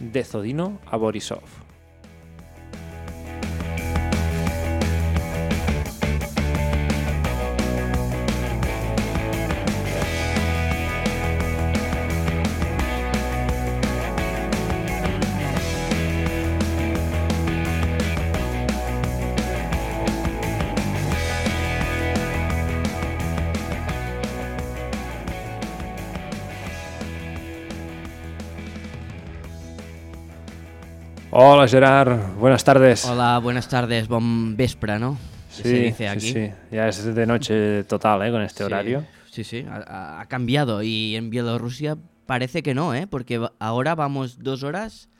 de Zodino a Borisov. Hola Gerard, buenas tardes. Hola, buenas tardes, buen vespre, ¿no? Que se dice aquí. sí, sí. Ya es de noche total, ¿eh? Con este Sí. horario. Sí, sí, ha, ha cambiado y en Bielorrusia parece que no, ¿eh? Porque va- ahora vamos dos horas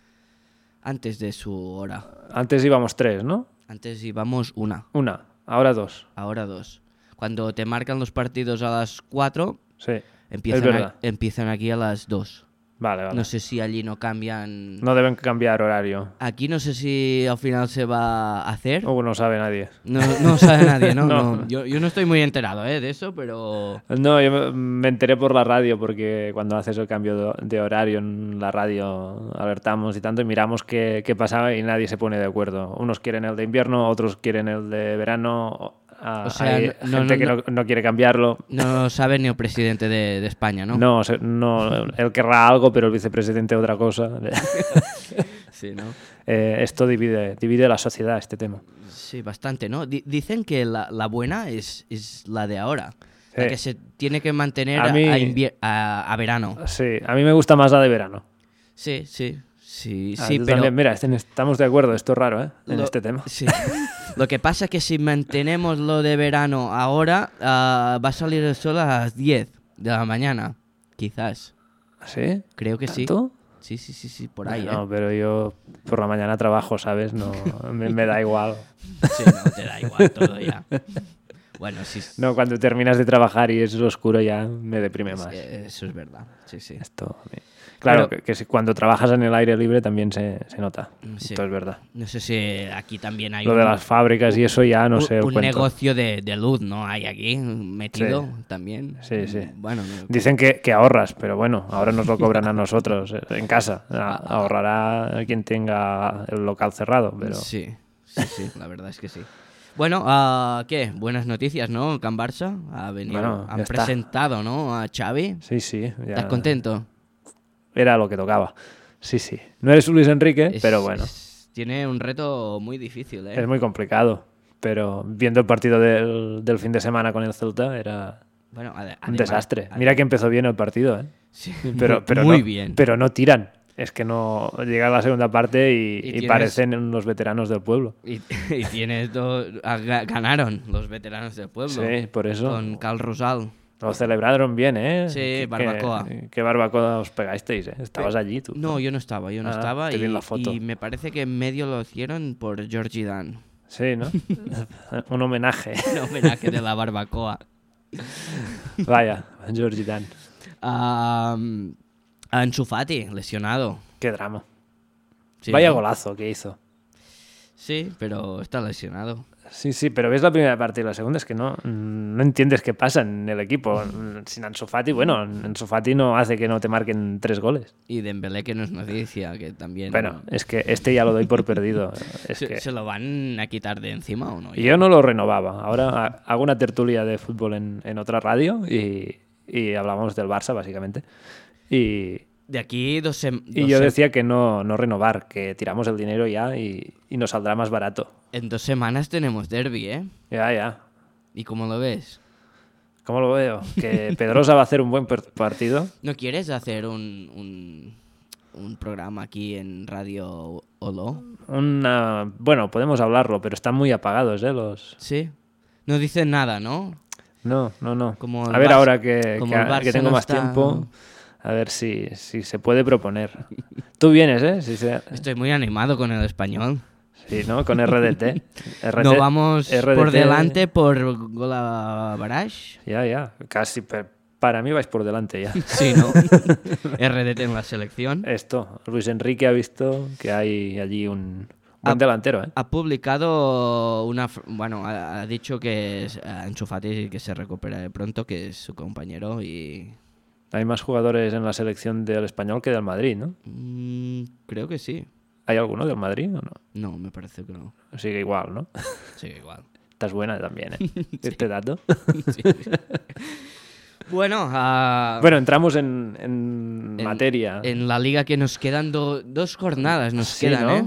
antes de su hora. Antes íbamos tres, ¿no? Antes íbamos una, Una, ahora dos. ahora dos. Cuando te marcan los partidos a las cuatro, Sí. empiezan, es a- verdad. empiezan aquí a las dos. Vale, vale. No No, sé si allí no cambian... deben cambiar horario. Aquí no sé si al final se va a hacer. O no sabe nadie. No, no sabe nadie, ¿no? Oh. No. No. Yo, yo no estoy muy enterado ¿eh? de eso, pero... No, yo me- me enteré por la radio porque cuando haces el cambio de- de horario en la radio alertamos y tanto y miramos qué, qué pasaba y nadie se pone de acuerdo. Unos quieren el de invierno, otros quieren el de verano. o- ah, O sea, hay no- no, gente no, que no, no quiere cambiarlo. No lo sabe ni el presidente de, de España, ¿no? No, se- no, él querrá algo, pero el vicepresidente otra cosa. Sí, ¿no? Eh, esto divide, divide la sociedad, este tema. Sí, bastante, ¿no? Di- dicen que la, la buena es, es la de ahora. La Sí. que se tiene que mantener A a, mí- invier- a- a verano. Sí, a mí me gusta más la de verano. Sí, sí, sí, Ah, sí, yo pero... también, mira, este- estamos de acuerdo, esto es raro, ¿eh? En lo- este tema. sí. Lo que pasa es que si mantenemos lo de verano ahora, ah, va a salir el sol a las 10 de la mañana, quizás. ¿Sí? Creo que sí. ¿Tanto? Sí, sí, sí, sí, por ahí, ¿eh? No, pero yo por la mañana trabajo, ¿sabes? No, me, me da igual. ¿eh? Sí, no, te da igual todo ya. Bueno, sí, sí, No, cuando terminas de trabajar y es oscuro ya me deprime más. Eh, eso es verdad. Sí, sí. Esto, a mí- claro, Pero- que, que si- cuando trabajas en el aire libre también se, se nota. Mm, sí. Esto es verdad. No sé si aquí también hay Lo un, de las fábricas y eso ya no un- sé. el un cuento. negocio de, de luz, ¿no? Hay aquí metido también. Mm, Sí, sí. Bueno, no- Dicen que, que ahorras, pero bueno, ahora nos lo cobran a nosotros eh, en casa. A- Ah. ahorrará quien tenga el local cerrado, pero sí, sí, sí, la verdad es que sí. Bueno, ah, ¿qué? Buenas noticias, ¿no? Can Barça ha venido, Bueno, ya han está. presentado, ¿no? A Xavi. sí, sí. ya- ¿Estás contento? Era lo que tocaba. Sí, sí. No eres Luis Enrique, Es- pero bueno. es- tiene un reto muy difícil, ¿eh? Es muy complicado, pero viendo el partido del, del fin de semana con el Celta era Bueno, ade- un además- desastre. ade- Mira que empezó bien el partido, ¿eh? sí, pero, pero muy no, bien. Pero no tiran. Es que no llega la segunda parte y, Y y tienes- parecen los veteranos del pueblo. Y, y tienes dos... ah, ga- Ganaron los veteranos del pueblo. Sí, por eso. Con Cal Rosal. Lo celebraron bien, ¿eh? Sí, Qué- barbacoa. Qué, qué barbacoa os pegasteis, ¿eh? Estabas allí tú. No, yo no estaba, yo no Ah, estaba. te vi Y, en la foto. y me parece que en medio lo hicieron por Georgie Dan. Sí, ¿no? un homenaje. En homenaje de la barbacoa. Vaya, Georgie Dan. Am, a Ansu Fati, lesionado. Qué drama. Sí, Vaya ¿no? golazo que hizo. Sí, pero está lesionado. Sí, sí, pero ves la primera parte y la segunda es que no, no entiendes qué pasa en el equipo. Sin Ansu Fati, bueno, Ansu Fati no hace que no te marquen tres goles. Y Dembélé que no es noticia, que también... Bueno, es que este ya lo doy por perdido. Es ¿se, que se lo van a quitar de encima o no? yo no lo renovaba. Ahora ha- hago una tertulia de fútbol en, en otra radio y, y hablamos del Barça, básicamente. Y, De aquí dos, sem- y dos yo sem- decía que no, no renovar, que tiramos el dinero ya y, y nos saldrá más barato. En dos semanas tenemos derby, ¿eh? Ya, ya. ¿Y cómo lo ves? ¿Cómo lo veo? Que Pedrosa va a hacer un buen per- partido. ¿No quieres hacer un, un, un programa aquí en Radio Olo? Una... Bueno, podemos hablarlo, pero están muy apagados, ¿eh? Los... Sí. No dicen nada, ¿no? No, no, no. Como el a ver Barça- ahora que, como que- el Barça que tengo no más está- tiempo, a ver si, si se puede proponer. Tú vienes, ¿eh? Si, se- Estoy muy animado con el español. sí, ¿no? Con RDT. RDT, no vamos por RDT. delante por Gola Barash. Ya, ya. Casi. pe- Para mí vais por delante ya. Sí, ¿no? RDT en la selección. Eh. Esto. Luis Enrique ha visto que hay allí un Ah. buen delantero, ¿eh? Ha publicado una... fr- Bueno, ha, ha dicho que es eh, Ansu Fati que se recupera de pronto, que es su compañero y, Hay más jugadores en la selección del español que del Madrid, ¿no? Mm, creo que sí. ¿Hay alguno del Madrid o no? No, me parece que no. Sigue igual, ¿no? Sí, igual. Estás buena también, ¿eh? Este dato. Sí. bueno, ah, Bueno, entramos en, en materia. en la liga que nos quedan do- dos jornadas, nos Sí, quedan, ¿no? ¿eh?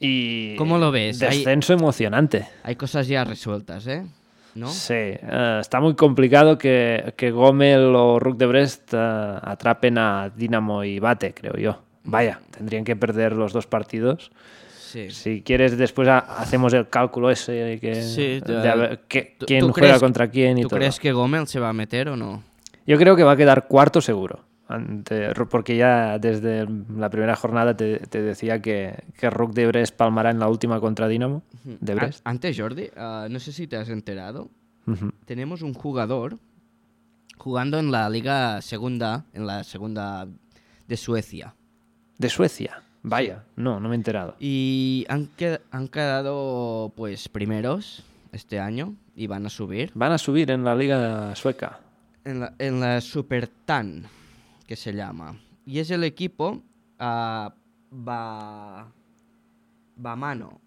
Y ¿Cómo lo ves? Hay- Descenso emocionante. Hay cosas ya resueltas, ¿eh? ¿No? Sí, eh, está muy complicado que, que Gomel o Rook de Brest eh, atrapen a Dinamo y Bate, creo yo. Vaya, tendrían que perder los dos partidos. Mm. Sí. Si quieres, después ha- hacemos el cálculo ese que, Sí, ya. de a ver qué- ¿Tú- quién tú juega crees- contra quién y ¿Tú todo. crees que Gómez se va a meter o no? Yo creo que va a quedar cuarto seguro. ante- porque ya desde la primera jornada te, te decía que, que Rook de Brest palmará en la última contra Dinamo de A- Brest. Antes, Jordi, ah, no sé si te has enterado. Ujú. Tenemos un jugador jugando en la Liga Segunda, en la Segunda de Suecia. De Suecia. Vaya, no, no me he enterado. Y han, qued- han quedado, pues, primeros este año y van a subir Van a subir en la liga sueca. en la, en la Supertan, que se llama. Y es el equipo ah, Ba... Bamano.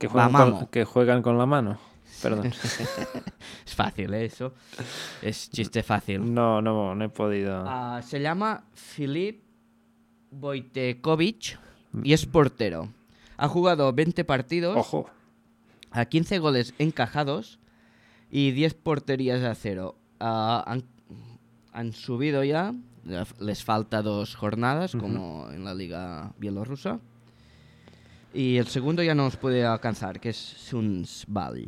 Que juegan, Vamamo. con, que juegan con la mano. Perdón. Es fácil, ¿eh? Eso. Es chiste fácil. No, no, no he podido. Ah, se llama Filip Wojtekovic y es portero. Ha jugado 20 partidos, Ojo. a 15 goles encajados y 10 porterías a cero. Ah, han, han subido ya, ya f- les falta dos jornadas, como en la liga bielorrusa. Y el segundo ya no nos puede alcanzar, que es Sunsval.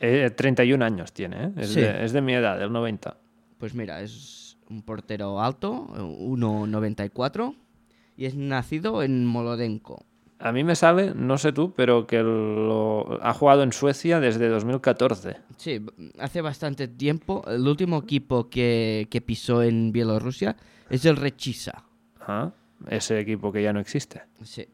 Eh, 31 años tiene, ¿eh? Es, Sí. de, es de mi edad, del 90. Pues mira, es un portero alto, eh, 1,94, y es nacido en Molodenko. A mí me sale, no sé tú, pero que lo ha jugado en Suecia desde 2014. Sí, b- hace bastante tiempo. El último equipo que, que pisó en Bielorrusia es el Rechisa. Ah, Ese equipo que ya no existe. Sí.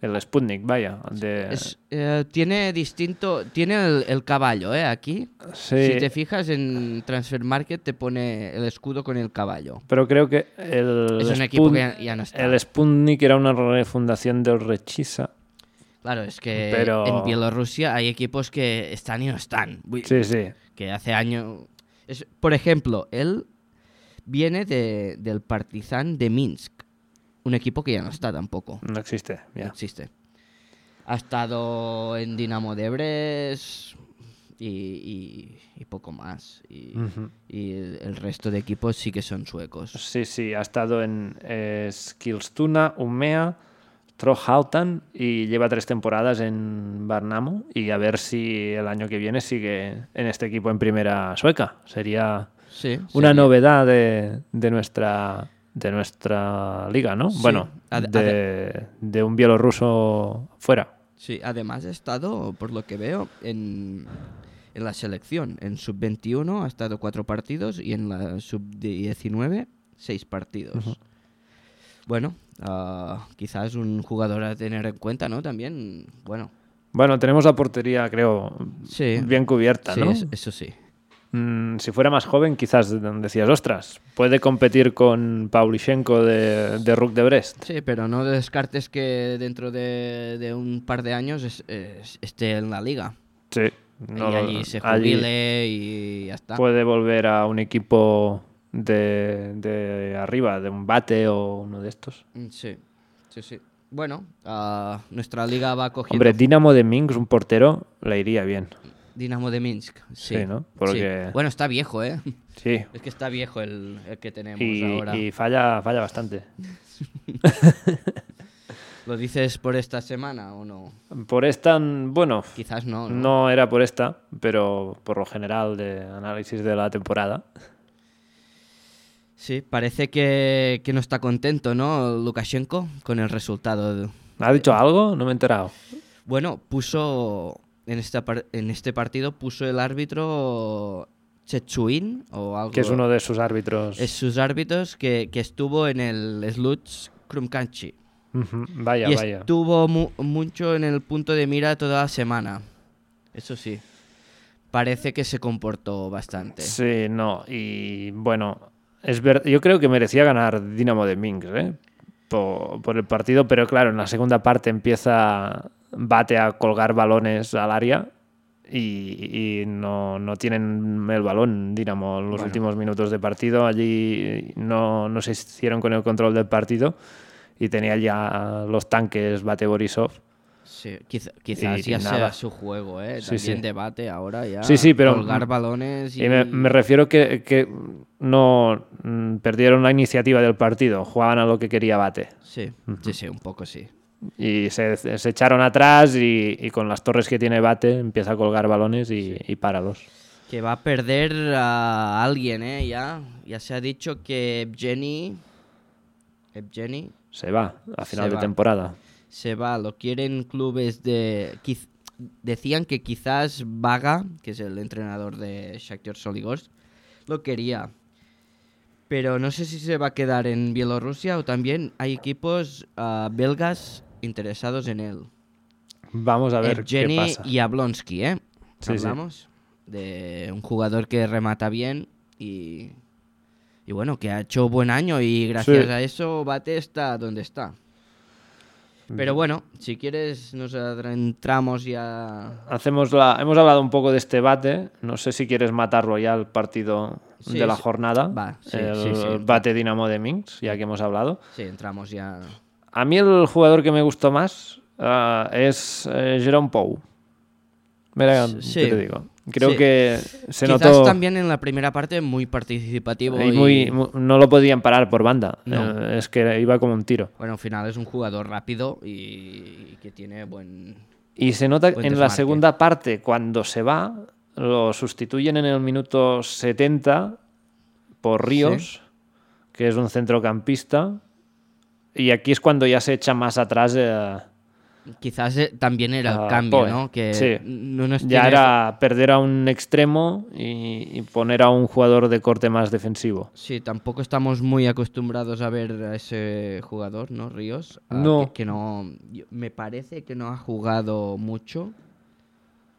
El Sputnik, vaya. de- Es, eh, tiene distinto, tiene el, el caballo, ¿eh? Aquí. Sí. Si te fijas en Transfer Market te pone el escudo con el caballo. Pero creo que el, Es un equipo Sput- que ya, ya no está. el Sputnik era una refundación del Rechisa. Claro, es que Pero- en Bielorrusia hay equipos que están y no están. Uy, Sí, sí. que hace años... por ejemplo, él viene de, del Partizan de Minsk, un equipo que ya no está tampoco, No existe, no ya. existe. Ha estado en Dinamo de Brest y, y- y poco más. Y, Ujú. y el, el resto de equipos sí que son suecos. Sí, sí, ha estado en eh, Skilstuna, Umea, Trollhättan y lleva tres temporadas en Barnamo y a ver si el año que viene sigue en este equipo en primera sueca. Sería Sí, una sí. novedad de, de nuestra de nuestra liga, ¿no? Sí, Bueno, a- a- de, de un bielorruso fuera. Sí, además ha estado, por lo que veo, en, en la selección. En sub-21 ha estado cuatro partidos y en la sub-19 seis partidos. Bueno, ah, quizás un jugador a tener en cuenta, ¿no? También, bueno, Bueno, tenemos la portería, creo, sí. bien cubierta, sí, ¿no? es- eso sí. Mm, si fuera más joven, quizás decías, ostras, puede competir con Paulishenko de, de Rook de Brest. Sí, pero no descartes que dentro de, de un par de años es- es- esté en la liga. Sí. no y lo- allí se allí jubile y ya está. puede volver a un equipo de, de arriba, de un bate o uno de estos. Mm, Sí, sí, sí. Bueno, ah, nuestra liga va cogiendo Hombre, Dinamo de Minsk, un portero, le iría bien. Dinamo de Minsk. Sí, Sí, ¿no? Porque- Sí. Bueno, está viejo, ¿eh? Sí. Es que está viejo el, el que tenemos Y, ahora. y falla, falla bastante. ¿Lo dices por esta semana o no? Por esta, mm, bueno, Quizás no. No, no era por esta, pero por lo general de análisis de la temporada. Sí, parece que, que no está contento, ¿no? Lukashenko con el resultado. de- ¿Ha dicho algo? No me he enterado. Bueno, puso en, esta par- en este partido puso el árbitro Chechuin o algo. Que es uno de sus árbitros. es sus árbitros que, que estuvo en el Sluts Krumkanchi. Ujú, Vaya, y vaya. estuvo mu- mucho en el punto de mira toda la semana. Eso sí. parece que se comportó bastante. Sí, no. Y bueno, es ver... yo creo que merecía ganar Dinamo de Minsk ¿eh? por, por el partido, pero claro, en la segunda parte empieza Bate a colgar balones al área y, y no, no, tienen el balón, Dinamo, los bueno. últimos minutos de partido. Allí no, no, se hicieron con el control del partido y tenía ya los tanques Bate Borisov. Sí, quizá, quizás y, ya y sea su juego, ¿eh? También sí, sí. debate ahora ya. Sí, sí, pero. Colgar balones y. Me, me, refiero que, que no mm, perdieron la iniciativa del partido, jugaban a lo que quería Bate. Sí, uh -huh. sí, sí, un poco sí y se, se, echaron atrás y, y, con las torres que tiene Bate empieza a colgar balones y, sí. y parados. Que va a perder a alguien, ¿eh? Ya, ya se ha dicho que Jenny... Evgeny... Se va a final de va. temporada. Se va, lo quieren clubes de... Quiz, decían que quizás Vaga, que es el entrenador de Shakhtar Soligorsk, lo quería. Pero no sé si se va a quedar en Bielorrusia o también hay equipos uh, belgas interesados en él. Vamos a ver Evgeny qué pasa. Eh, y Ablonsky, ¿eh? Sí, Hablamos sí. de un jugador que remata bien y, y bueno, que ha hecho buen año y gracias sí. a eso Bate está donde está. Mm. Pero bueno, si quieres nos adentramos ya... Hacemos la... Hemos hablado un poco de este bate. No sé si quieres matarlo ya al partido sí, de la jornada. Va, sí, el sí, bate Dinamo de Minsk, ya que hemos hablado. Sí, entramos ya... A mí el jugador que me gustó más uh, es uh, Jerome Pou. Mira qué te digo. Creo que se Quizás notó... también en la primera parte muy participativo. Y, y... Muy, muy, no lo podían parar por banda. No. Eh, es que iba como un tiro. Bueno, al final es un jugador rápido y, que tiene buen... Y se nota en desmarque. la segunda parte, cuando se va, lo sustituyen en el minuto 70 por Ríos, sí. que es un centrocampista. Y aquí es cuando ya se echa más atrás... Eh, quizás también era el uh, cambio, Poe. ¿no? Que Ah, pues, sí. no nos ya era eso. perder a un extremo y, y, poner a un jugador de corte más defensivo. Sí, tampoco estamos muy acostumbrados a ver a ese jugador, ¿no? Ríos. Uh, no. Que, que, no. Me parece que no ha jugado mucho.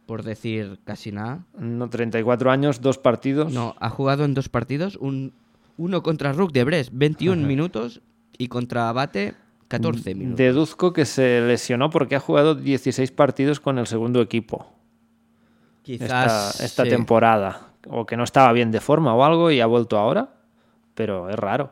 Por decir casi nada. No, 34 años, dos partidos. No, ha jugado en dos partidos. Un, uno contra Rook de Brest, 21 Ajá. minutos. Y contra Abate, 14 Mm, minutos. Deduzco que se lesionó porque ha jugado 16 partidos con el segundo equipo. Quizás. Esta, esta sí. temporada. O que no estaba bien de forma o algo y ha vuelto ahora. Pero es raro.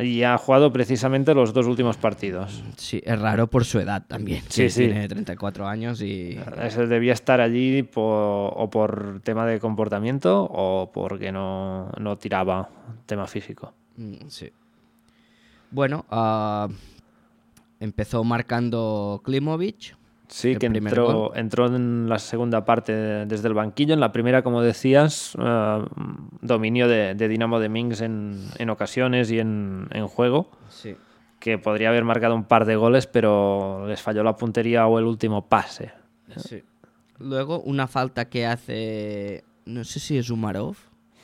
Y ha jugado precisamente los dos últimos partidos. Sí, es raro por su edad también. Sí, sí. Tiene 34 años y. Eso debía estar allí por, o por tema de comportamiento o porque no, no tiraba tema físico. Sí. Bueno, uh, empezó marcando Klimovic. Sí, que entró, entró, en la segunda parte desde el banquillo. En la primera, como decías, uh, dominio de, de, Dinamo de Minsk en, en ocasiones y en, en juego. Sí. Que podría haber marcado un par de goles, pero les falló la puntería o el último pase. Sí. Ah. Luego, una falta que hace. No sé si es Umarov.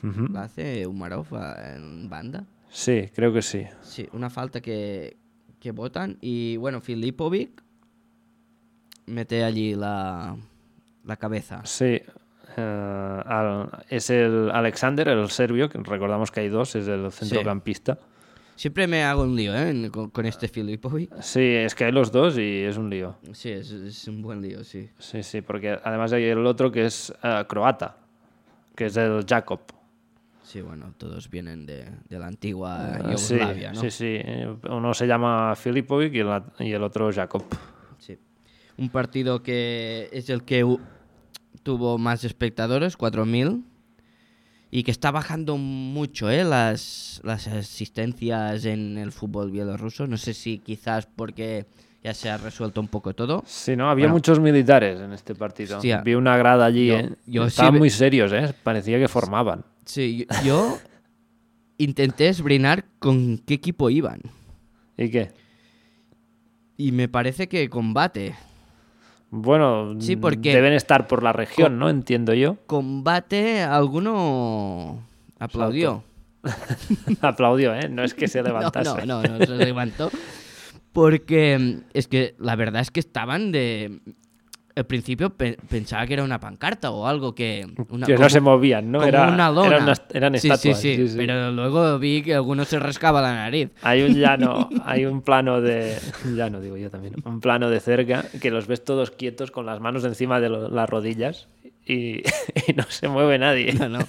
Uh -huh. La hace Umarov ah, en banda. Sí, creo que sí. Sí, una falta que, que votan. Y bueno, Filipovic mete allí la, la cabeza. Sí. Uh, al, es el Alexander, el serbio, que recordamos que hay dos, es el centrocampista. Sí. Siempre me hago un lío ¿eh? con, con este Filipovic. Sí, es que hay los dos y es un lío. Sí, es, es un buen lío, sí. Sí, sí, porque además hay el otro que es uh, croata, que es el Jacob. Sí, bueno, todos vienen de, de la antigua Ah, Yugoslavia, Eh, sí, ¿no? Sí, sí. eh, Uno se llama Filipovic y, y, el otro Jacob. Sí. Un partido que es el que tuvo más espectadores, 4.000, y que está bajando mucho ¿eh? las, las asistencias en el fútbol bielorruso. No sé si quizás porque ya se ha resuelto un poco todo. Sí, ¿no? Había bueno, muchos militares en este partido. Hostia, Vi una grada allí, yo, ¿eh? yo Estaban sí muy serios, ¿eh? Parecía que formaban. Sí, yo, yo intenté esbrinar con qué equipo iban. ¿Y qué? Y me parece que combate. Bueno, sí, porque deben estar por la región, ¿no? Entiendo yo. Combate, alguno aplaudió. aplaudió, ¿eh? No es que se levantase. no, no, no, no mm, se levantó. Porque es que la verdad es que estaban de. al principio pe- pensaba que era una pancarta o algo que... Una, que no como- se movían, ¿no? como Era, una lona. eran unas- eran Sí, estatuas. Sí, sí, sí, sí. pero luego vi que algunos se rascaba la nariz. Hay un llano, hay un plano de. un Llano, digo yo también. Un plano de cerca que los ves todos quietos con las manos encima de lo- las rodillas y, y no se mueve nadie. No, no.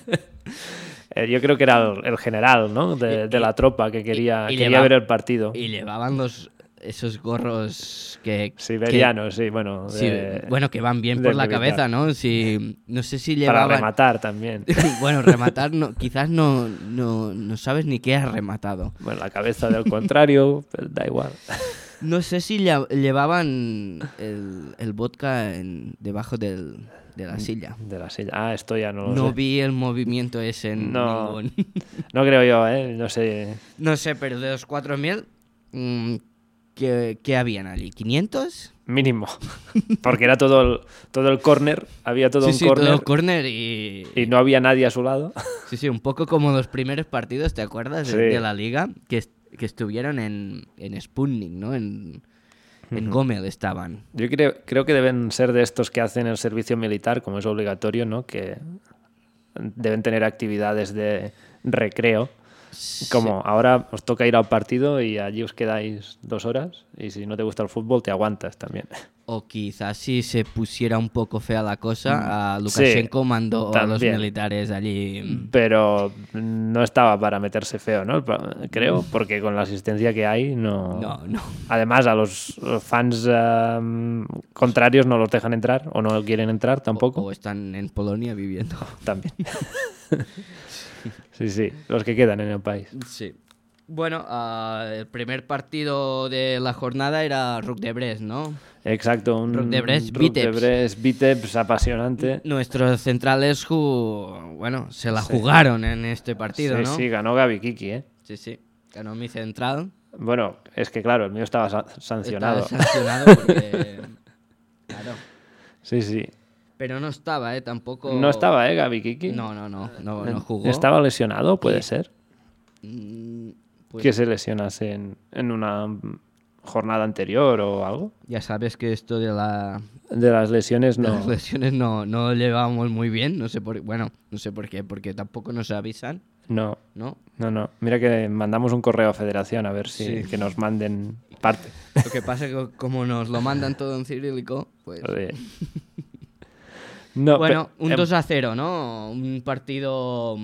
Eh, Yo creo que era el, el general, ¿no? De, de la tropa que quería, y- y quería lleva- ver el partido. Y llevaban los, esos gorros que... que- Siberianos, sí, bueno. sí, de- bueno, que van bien de por la militar. cabeza, ¿no? Si, no sé si para llevaban... rematar también. bueno, rematar, no, quizás no, no, no sabes ni qué has rematado. Bueno, la cabeza del contrario, pero da igual. No sé si lle- llevaban el, el vodka en- debajo del- de la silla. De la silla. Ah, esto ya no lo No sé. vi el movimiento ese en No. ningún. No creo yo, ¿eh? No sé. No sé, pero de los 4.000, mm, ¿qué, ¿qué habían allí? ¿500? Mínimo. Porque era todo el, todo el corner. Había todo sí, un sí, corner. todo corner y... y no había nadie a su lado. Sí, sí, un poco como los primeros partidos, ¿te acuerdas? De- Sí. De la liga, que, est- que estuvieron en, en Sputnik, ¿no? En, en Gómez estaban. Yo creo, creo que deben ser de estos que hacen el servicio militar, como es obligatorio, ¿no? Que deben tener actividades de recreo. Como ahora os toca ir al partido y allí os quedáis dos horas y si no te gusta el fútbol te aguantas también. O quizás si se pusiera un poco fea la cosa, a Lukashenko mandó a los Mm. también. militares allí. Mm. Pero no estaba para meterse feo, ¿no? Pa- Creo, porque con la asistencia que hay no... No, no. Además, a los fans eh, contrarios no los dejan entrar o no quieren entrar tampoco. O están en Polonia viviendo. También. sí, sí, los que quedan en el país. Sí. Bueno, ah, el primer partido de la jornada era Rook de Brest, ¿no? Exacto, un Roc de Brest, Roc de Vitebs. Brest, Vitebs apasionante. Nuestros centrales, ju- bueno, se la jugaron en este partido, sí, ¿no? sí, ganó Gaby Kiki, ¿eh? sí, sí. Ganó mi central. Bueno, es que claro, el mío estaba sa- sancionado. Estaba sancionado porque... claro. Sí, sí. Pero no estaba, ¿eh? Tampoco... No estaba, ¿eh, Gaby Kiki? No, no, no. No, no jugó. Estaba lesionado, puede ser. Mm, pues Que se lesionase en, en una mm, jornada anterior o algo. ya sabes que esto de, la- De las lesiones de no. las lesiones no, no lo llevamos muy bien. No sé por... Bueno, no sé por qué. Porque tampoco nos avisan, No, ¿no? no, no. Mira que mandamos un correo a Federación a ver si Sí. que nos manden parte. Lo que pasa es que como nos lo mandan todo en cirílico, pues... Joder. No, Bueno, pe- un em, 2 a 0, ¿no? Un partido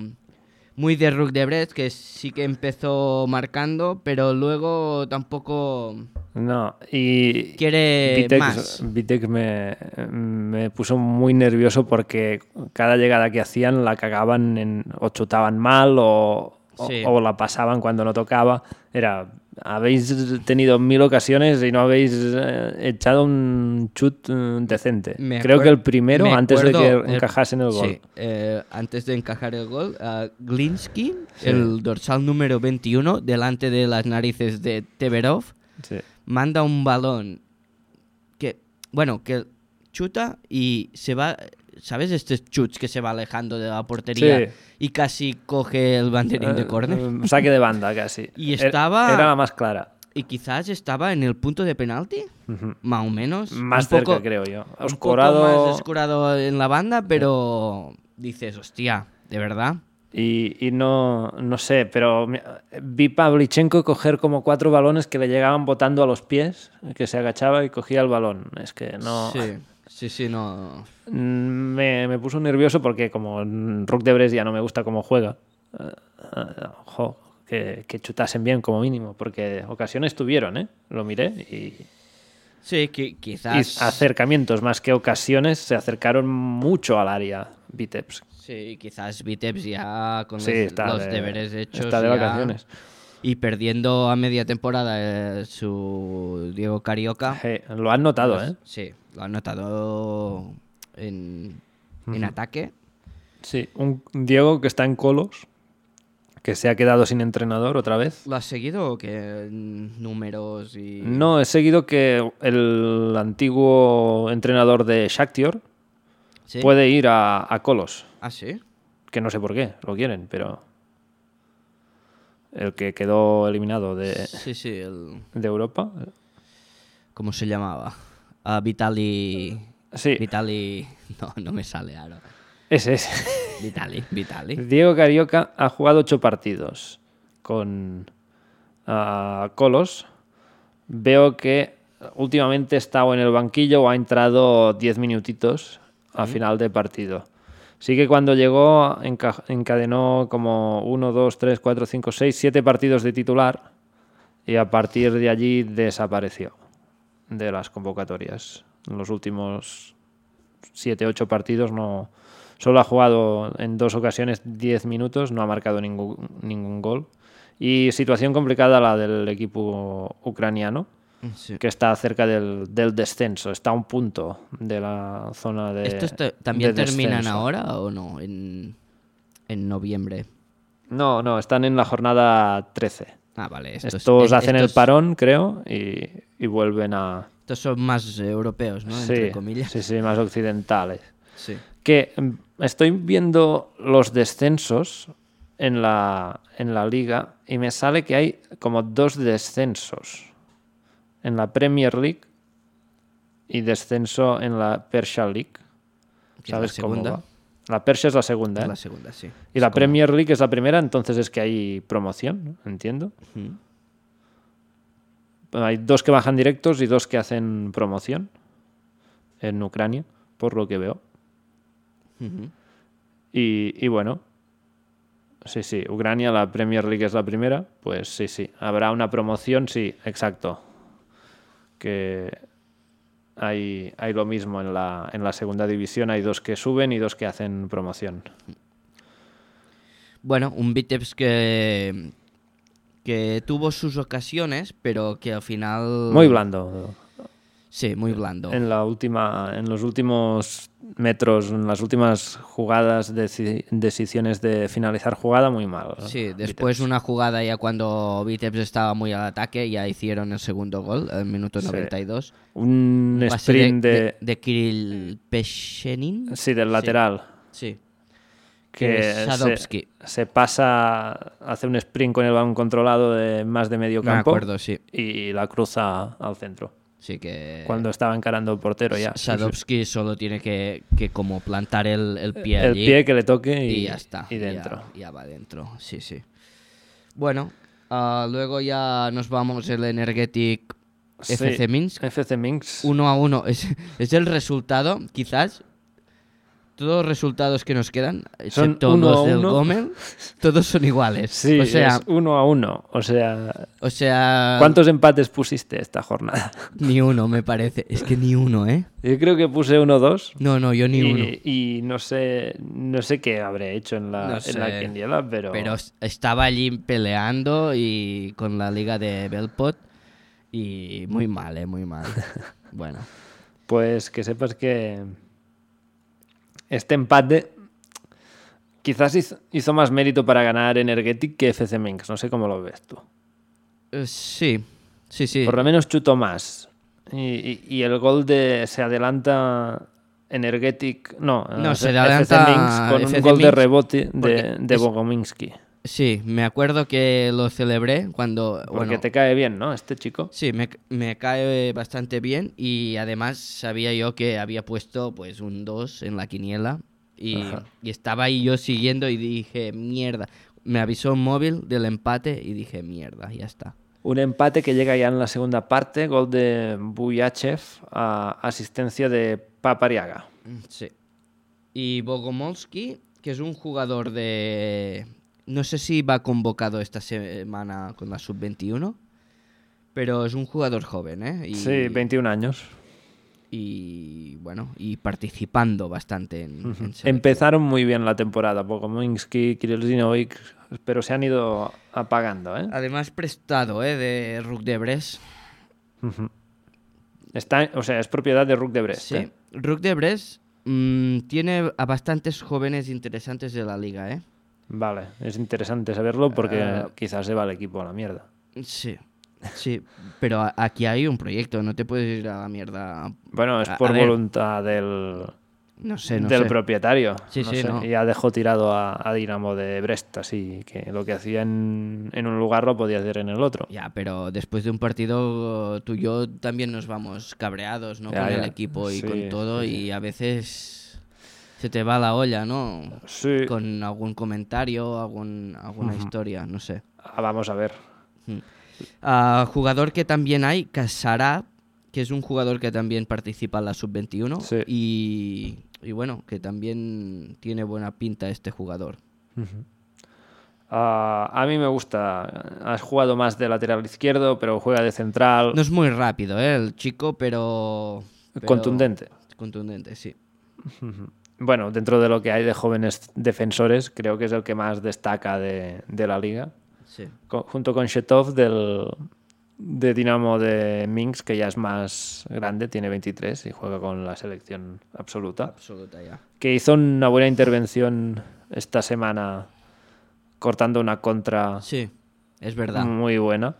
muy de Rook de Brest, que sí que empezó marcando, pero luego tampoco em, No, y. quiere Vitex- más. Vitex me, me puso muy nervioso porque cada llegada que hacían la cagaban en, o chutaban mal o, o- Sí. o la pasaban cuando no tocaba. Era, habéis tenido mil ocasiones y no habéis eh, echado un chut eh, decente. Me Creo acuer- que el primero, me antes de que acuerdo el- encajasen el gol. Sí, eh, antes de encajar el gol, a Glinsky, el dorsal número 21, delante de las narices de Teberov, Sí. manda un balón que, bueno, que chuta y se va, ¿sabes? Estos chuts que se va alejando de la portería Sí. y casi coge el banderín de Eh, córner. eh, Saque de banda casi. Y Era- estaba- Era la más clara. Y quizás estaba en el punto de penalti, Ujú. más o menos. Más un poco- cerca, creo yo. un poco más Oscorado. escorado en la banda, pero dices, hostia, ¿de verdad? Y, y no, no sé, pero me- vi Pavlichenko coger como cuatro balones que le llegaban botando a los pies, que se agachaba y cogía el balón. Es que no. Sí, sí, sí, no. Mm, Me, me puso nervioso porque, como mm, Rook de Brescia no me gusta cómo juega, eh, eh, jo, que, que chutasen bien como mínimo, porque ocasiones tuvieron, ¿eh? Lo miré y, Sí, qui- y quizás. acercamientos más que ocasiones se acercaron mucho al área Vitebs. Sí, quizás Vitebs ya con Sí, los, está los de- deberes hechos. está de ya, vacaciones. Y perdiendo a media temporada eh, su Diego Carioca. Pues, Eh, lo han notado, ¿eh? Sí, lo han notado en, en ataque. Sí, un Diego que está en colos, que se ha quedado sin entrenador otra vez. ¿Lo has seguido o qué? Números y. No, he seguido que el antiguo entrenador de Shaktior ¿Sí? puede ir a, a colos, Ah, sí. que no sé por qué, lo quieren, pero el que quedó eliminado de, Sí, sí, el. de Europa. eh, ¿Cómo se llamaba? Ah, Vitali Sí, Vitali. No, no me sale ahora. ese es. Vitali, Vitali. Diego Carioca ha jugado ocho partidos con ah, Colos. Veo que últimamente está o en el banquillo o ha entrado 10 minutitos a final de partido. Sí que cuando llegó enca- encadenó como 1, 2, 3, 4, 5, 6, 7 partidos de titular y a partir de allí desapareció de las convocatorias. En los últimos 7, 8 partidos no solo ha jugado en dos ocasiones 10 minutos, no ha marcado ningún, ningún gol. Y situación complicada la del equipo ucraniano, Sí. que está cerca del, del descenso, está a un punto de la zona de. ¿Estos te- también de terminan descenso. ahora o no? En, en noviembre. No, no, están en la jornada 13. Ah, vale. Estos, Estos, es- hacen el estos- parón, creo, y, y vuelven a. Estos son más europeos, ¿no? sí, Entre comillas. sí, sí, más occidentales. Sí. que mm, estoy viendo los descensos en la, en la liga y me sale que hay como dos descensos en la Premier League y descenso en la Persia League. Que es la ¿Sabes cómo segunda. va? La Persia es la segunda, Es ¿eh? la segunda, sí. y la Premier League es la primera, entonces es que hay promoción, ¿no? entiendo. Ujú. Hay dos que bajan directos y dos que hacen promoción en Ucrania, por lo que veo. Ujú. Y, y bueno, sí, sí, Ucrania, la Premier League es la primera, pues sí, sí, habrá una promoción, sí, exacto. Que hay, hay lo mismo en la, en la segunda división, hay dos que suben y dos que hacen promoción. Bueno, un Vitebs que, que tuvo sus ocasiones, pero que al final... Muy blando. Sí, muy blando. En, la última, en los últimos metros, en las últimas jugadas, deci- decisiones de finalizar jugada, muy mal. Sí, después una jugada ya cuando Vitebs estaba muy al ataque, ya hicieron el segundo gol, el minuto Sí. 92. Un Pase de- sprint de, de, de Kirill Peshenin. sí, del lateral. Sí. que que es Sadovski. se, se pasa, hace un sprint con el balón controlado de más de medio Me campo acuerdo, sí. Eh, y la cruza al centro. Sí que... Cuando estaba encarando el portero ya. Sí, sí. Sadovski solo tiene que, que como plantar el, el pie El allí. pie que le toque y, y, ya está. y dentro. Ya, ya va dentro, sí, sí. Bueno, ah, luego ya nos vamos el Energetic Sí, FC Minsk. FC Minsk. Uno a uno. Es, es el resultado, quizás. Todos los resultados que nos quedan, excepto uno a los del uno. Gomel, todos son iguales. Sí, o sea, es uno a uno. O sea, o sea ¿cuántos empates pusiste esta jornada? ni uno me parece. Es que ni uno, ¿eh? Yo creo que puse uno dos. No, no, yo ni uno. Y, y no sé no sé qué habré hecho en la, No en la sé. quiniela, pero, Pero es- estaba allí peleando y con la liga de Belpot y muy mal, eh, muy mal. Bueno, Pues que sepas que este empate quizás hizo, hizo más mérito para ganar Energetic que FC Minx. No sé cómo lo ves tú. eh, sí, sí, sí. Por lo menos chutó más. Y, y- y el gol de se adelanta Energetic. No, No, eh, se FC adelanta Minx con FC un gol de Minx rebote de, porque de es- Bogominsky. Sí, me acuerdo que lo celebré cuando... Porque Bueno, te cae bien, ¿no? Este chico. sí, me, me cae bastante bien y además sabía yo que había puesto pues un 2 en la quiniela y, Ajá. y estaba ahí yo siguiendo y dije, mierda. Me avisó un móvil del empate y dije, mierda, ya está. Un empate que llega ya en la segunda parte. Gol de Buyachev a asistencia de Papariaga. Sí. Y Bogomolski, que es un jugador de... No sé si va convocado esta semana con la sub-21, pero es un jugador joven, ¿eh? Y, Sí, 21 años. Y bueno, y participando bastante en... en selección. Empezaron muy bien la temporada, Bogominsky, Kirillinovic, pero se han ido apagando. ¿eh? Además prestado, ¿eh? De Rook de Bres. Está, o sea, es propiedad de Rook de Brest. Sí. ¿eh? Rook de Bres mm, tiene a bastantes jóvenes interesantes de la liga, ¿eh? Vale, es interesante saberlo porque Ah. quizás se va el equipo a la mierda. Sí. Sí, pero a- aquí hay un proyecto, no te puedes ir a la mierda Bueno, es A- por a ver. voluntad del, No sé, Eh, no del sé. propietario. Sí, no sí, sé. no. Ya dejó tirado a, a Dinamo de Brest, así que lo que hacía en, en un lugar lo podía hacer en el otro. Ya, pero después de un partido tú y yo también nos vamos cabreados, ¿no? Ya, con ya. el equipo y Sí, con todo sí, y a veces se te va la olla, ¿no? Sí. Con algún comentario, algún, alguna historia, no sé. Ah, vamos a ver. Ah, jugador que también hay, Casará, que es un jugador que también participa en la sub-21 Sí. y, y bueno, que también tiene buena pinta este jugador. Ah, a mí me gusta. Has jugado más de lateral izquierdo, pero juega de central. No es muy rápido, ¿eh? El chico, pero... pero- Contundente. Contundente, sí. Bueno, dentro de lo que hay de jóvenes defensores, creo que es el que más destaca de, de la liga. sí. Co- junto con Shetov del, de Dinamo de Minsk, que ya es más grande, tiene 23 y juega con la selección absoluta. Absoluta ya. que hizo una buena intervención esta semana cortando una contra Sí, es verdad. muy buena,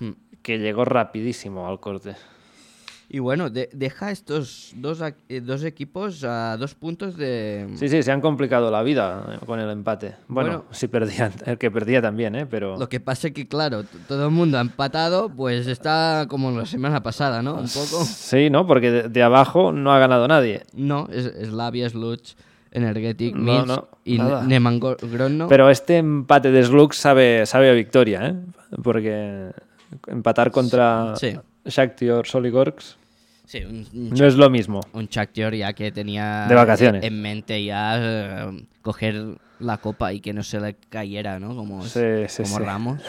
Mm. que llegó rapidísimo al corte. Y bueno, de- deja estos dos, ac- eh, dos equipos a dos puntos de... Sí, sí, se han complicado la vida eh, con el empate. Bueno, Bueno. si perdían, el que perdía también, ¿eh? pero Lo que pasa es que, claro, t- todo el mundo ha empatado, pues está como la semana pasada, ¿no? Un poco. sí, ¿no? Porque de, de abajo no ha ganado nadie. No, es Slavia, Sluch, Energetic, No, Minsk no, y nada. Nemangorno. Pero este empate de Slug sabe, sabe a victoria, ¿eh? porque empatar contra Sí. Shakhtar Soligorsk Sí, un, un, no es lo mismo. un Shakhtar ya que tenía De vacaciones. en mente ya eh, coger la copa y que no se le cayera, ¿no? Como, Sí, sí, como sí. Ramos.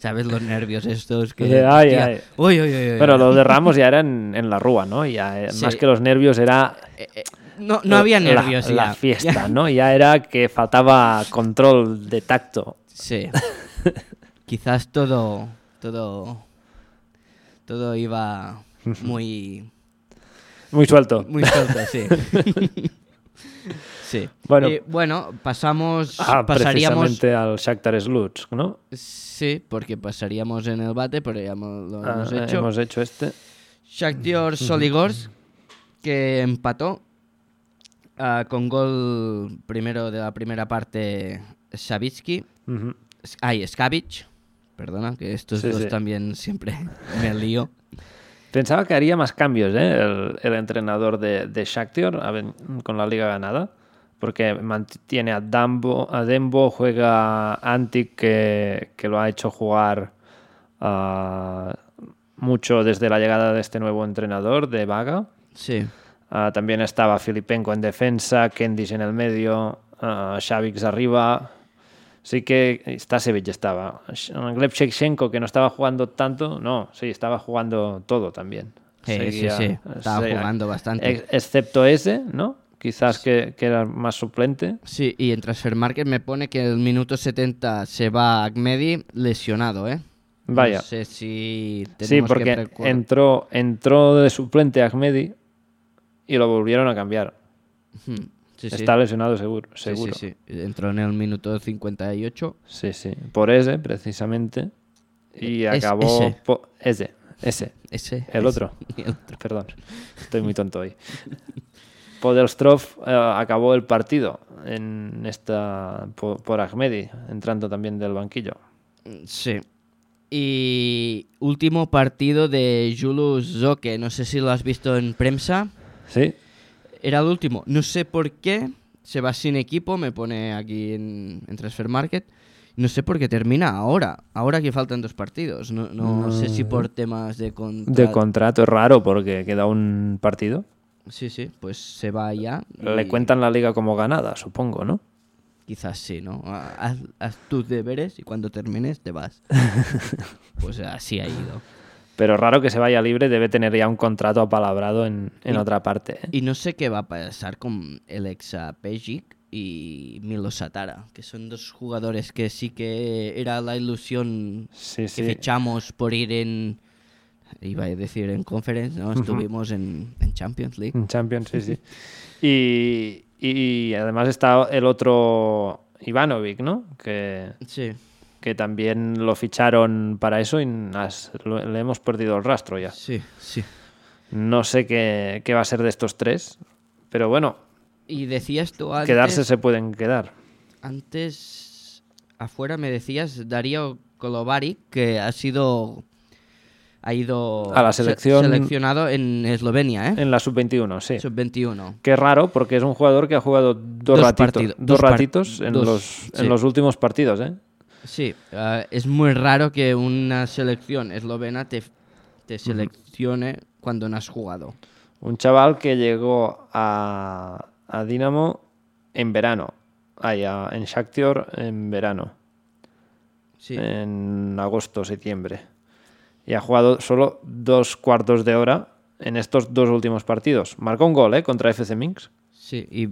¿Sabes los nervios estos que... De, ay, hostia, ay. Uy, uy, uy, uy, Pero uy. lo de Ramos ya era en, en la rúa, ¿no? Ya, eh, Sí. Más que los nervios era... Eh, eh, no, no había la- nervios La, ya. fiesta, ¿no? Ya era que faltaba control de tacto. Sí. Quizás todo, todo, todo iba muy, Muy suelto. muy suelto, sí. sí. Bueno. Y, bueno, pasamos, Ah, pasaríamos, precisamente al Shakhtar Slutsk, ¿no? sí, porque pasaríamos en el bate, pero ya mo- lo Ah, hemos hecho. hemos hecho este. Shakhtar Soligorsk que empató ah, con gol primero de la primera parte Savitsky. Ujú. Ay, Skavich. Perdona, que estos Sí, dos sí. también siempre me lío. Pensaba que haría más cambios, ¿eh? El, el entrenador de, de Shakhtar a ver, con la liga ganada. Porque mantiene a, Dambo, a Dembo, juega a Antic, que, que lo ha hecho jugar ah, mucho desde la llegada de este nuevo entrenador, de Vaga. Sí. Ah, también estaba Filipenko en defensa, Kendis en el medio, ah, Xavix arriba. Sí que Stasevich estaba. Gleb Shevchenko, que no estaba jugando tanto, no, sí, estaba jugando todo también. Sí, sí, Seguía- sí, estaba jugando bastante. ex- Excepto ese, ¿no? Quizás que, que era más suplente. Sí, y en Transfer Market me pone que el minuto 70 se va Agmedi lesionado, ¿eh? Vaya. No sé si tenemos Sí, que porque precu- entró, entró de suplente Ahmedi y lo volvieron a cambiar. Hmm, sí, sí. Está lesionado seguro. Sí, sí, seguro. sí. Entró en el minuto 58. Sí, sí, por ese precisamente. Y Es- acabó ese. po- ese, ese, Ese. el ese, otro. el otro. Perdón, estoy muy tonto hoy. Podelstrov eh, acabó el partido en esta por, por Ahmedi, entrando también del banquillo. Sí. Y último partido de Julius Zoque. No sé si lo has visto en prensa. Sí, Era el último. No sé por qué se va sin equipo. Me pone aquí en, en Transfer Market. No sé por qué termina ahora. Ahora que faltan dos partidos. No, no sé si por temas de de contra- contrato es raro porque queda un partido. Sí, sí. Pues se va ya. Le y cuentan la liga como ganada, supongo, ¿no? Quizás sí, ¿no? Haz, haz tus deberes y cuando termines te vas. pues así ha ido. Pero raro que se vaya libre, debe tener ya un contrato apalabrado en, en otra parte. ¿eh? Y no sé qué va a pasar con el exa Pejic y Milo Satara, que son dos jugadores que sí que era la ilusión Sí, que sí. fichamos por ir en. Iba a decir en conference, ¿no? Estuvimos en, en Champions League. En Champions, Mm. sí, sí. Y, y además está el otro Ivanovic, ¿no? Que, Sí. que también lo ficharon para eso y nas- lo- le hemos perdido el rastro ya. Sí, sí. No sé qué, qué va a ser de estos tres, Pero bueno, Y decías tú antes... quedarse se pueden quedar. Antes, afuera me decías Darío Kolovaric, que ha sido... Ha ido A la se- selección- seleccionado en Eslovenia, ¿eh? En la sub-21, sí. Sub-21. Qué raro, porque es un jugador que ha jugado dos, Dos ratitos, partido- dos dos par- ratitos en, dos, los, sí. en los últimos partidos, ¿eh? Sí, eh, es muy raro que una selección eslovena te, te seleccione cuando no has jugado. Un chaval que llegó a, a Dinamo en verano. Ay, a- en Shakhtar en verano. Sí. Eh, En agosto, septiembre. Y ha jugado solo dos cuartos de hora en estos dos últimos partidos. Marcó un gol, ¿eh? Contra FC Minsk. Sí, y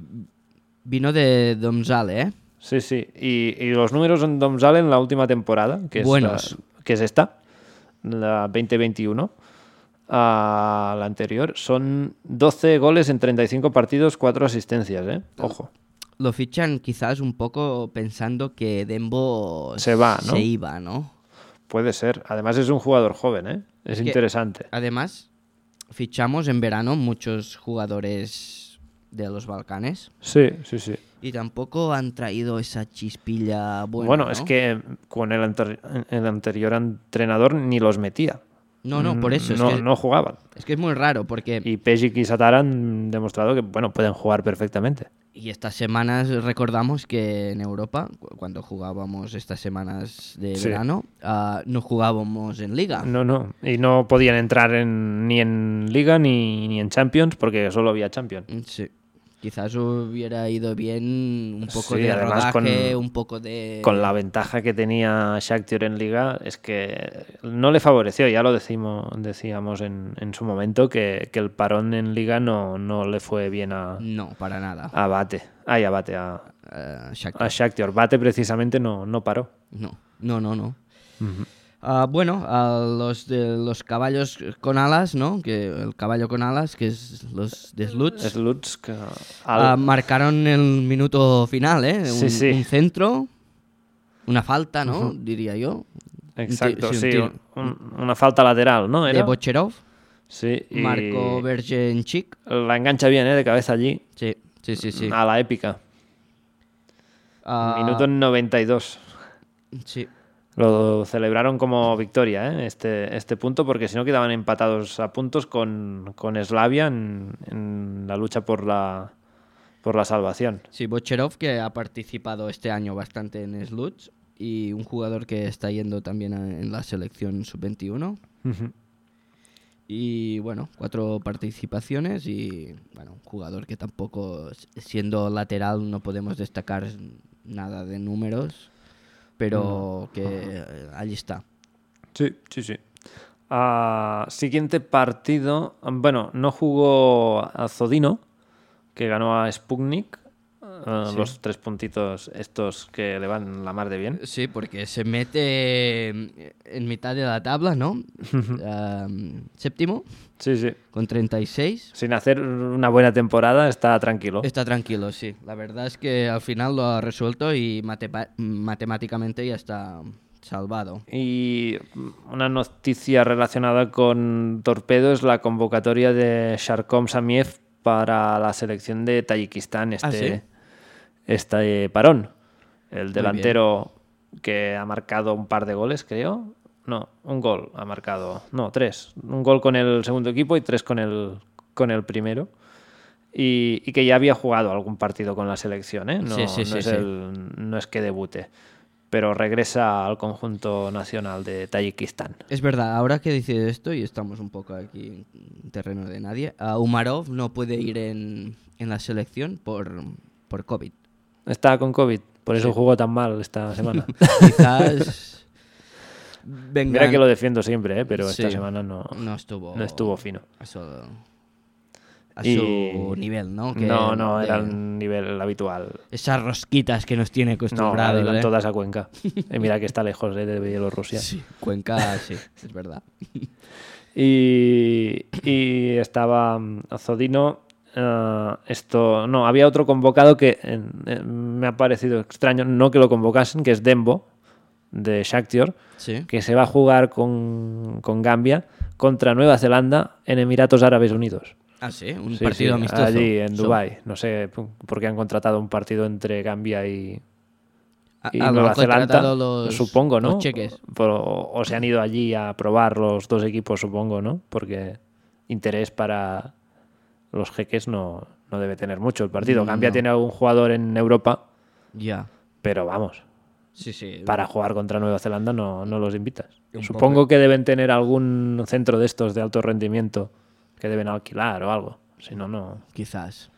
vino de Domzale, ¿eh? Sí, sí. Y, y los números en Domsal en la última temporada, que es, Buenos. la- que es esta, la 2021, a la anterior, son 12 goles en 35 partidos, 4 asistencias, ¿eh? Ah. Ojo. Lo fichan quizás un poco pensando que Dembo Se va, ¿no? se iba, ¿no? Puede ser. Además es un jugador joven, ¿eh? Es que- interesante. Además, fichamos en verano muchos jugadores de los Balcanes Sí, sí, sí. y tampoco han traído esa chispilla buena. Bueno, es ¿no? que con el, anter- el anterior entrenador ni los metía. No, no, por eso. No, es, que, no jugaban. es que es muy raro porque... Y Pejic y Satara han demostrado que, bueno, pueden jugar perfectamente. Y estas semanas recordamos que en Europa, cu- cuando jugábamos estas semanas de Sí. verano, ah, no jugábamos en liga. No, no. Y no podían entrar en- ni en Liga ni, ni en Champions porque solo había Champions. Mm, Sí. Quizás hubiera ido bien un poco Sí, de además con- rodaje, un poco de... Con la ventaja que tenía Shakhtar en Liga es que no le favoreció. Ya lo decimo- decíamos en, en su momento que, que el parón en Liga no, no le fue bien a, No, para nada. a Bate. Ay, a Bate, a, Ah, Shakhtar. a Shakhtar. Bate precisamente no, no paró. No, no, no, no. Ah, bueno, a los de los caballos con alas, ¿no? Que el caballo con alas, que es los de Sluts, Es Lutz que- ah, al- marcaron el minuto final, ¿eh? Un, Sí, sí. un centro, una falta, ¿no? Diría yo. un ti- exacto, sí, un sí. tiro. un- una falta lateral, ¿no? De Era. Bocherov, Sí, y marcó Bergenchik. la engancha bien, ¿eh? De cabeza allí. Sí, sí, sí, sí. A la épica. Ah, Minuto 92. Sí. Lo celebraron como victoria, ¿eh? este, este punto, porque si no quedaban empatados a puntos con, con Slavia en, en la lucha por la, por la salvación. Sí, Bocherov, que ha participado este año bastante en Sluts y un jugador que está yendo también a- en la selección sub-21. Y bueno, cuatro participaciones y bueno, un jugador que tampoco, s- siendo lateral, no podemos destacar nada de números, pero que eh, allí está. Sí, sí, sí. Ah, siguiente partido. Bueno, no jugó a Zodino, que ganó a Sputnik. Ah, Los tres puntitos estos que le van la mar de bien. Sí, porque se mete en mitad de la tabla, ¿no? Am, séptimo, Sí, sí. con 36. Sin hacer una buena temporada está tranquilo. Está tranquilo, sí. La verdad es que al final lo ha resuelto y matepa- matemáticamente ya está salvado. Y una noticia relacionada con Torpedo es la convocatoria de Sharkom Samiev para la selección de Tayikistán este, Ah, ¿sí? este parón. El bien. delantero que ha marcado un par de goles, creo. No, un gol ha marcado. No, tres. Un gol con el segundo equipo y tres con el, con el primero. Y, y que ya había jugado algún partido con la selección, ¿eh? No, Sí, sí, no sí, es sí. el- no es que debute pero regresa al conjunto nacional de Tayikistán. Es verdad, ahora que dices esto y estamos un poco aquí en terreno de nadie, a Umarov no puede ir en, en la selección por, por COVID. Está con COVID, por eso jugó tan mal esta semana. Quizás vengan- Mira que lo defiendo siempre, ¿eh? pero esta Sí. semana no, no estuvo, no estuvo fino. a su, a Y- su nivel, ¿no? Que No, no, era de- el nivel habitual. Esas rosquitas que nos tiene No, acostumbrados. eran ¿eh? todas a Cuenca. Y mira que está lejos ¿eh? de Bielorrusia. Sí, Cuenca, sí, es verdad. Y, y estaba mm, Zodino. eh, esto no, había otro convocado que eh, eh, me ha parecido extraño, no que lo convocasen, que es Dembo de Shakhtar, Sí. que se va a jugar con, con Gambia contra Nueva Zelanda en Emiratos Árabes Unidos. Ah, sí, un Sí, partido sí, amistoso. Allí, en So- Dubái. No sé p- por qué han contratado un partido entre Gambia y, A- y a lo Nueva mejor han Zelanda. pues, tratado los- supongo, ¿no? los cheques. Por- o, o se han ido allí a probar los dos equipos, supongo, ¿no? Porque interés para los jeques no, no debe tener mucho el partido. Gambia Mm, No. tiene algún jugador en Europa, Ya. pero vamos, Sí, sí. para jugar contra Nueva Zelanda no, no los invitas. Un Supongo que deben tener algún centro de estos de alto rendimiento que deben alquilar o algo. Si no, no. Quizás.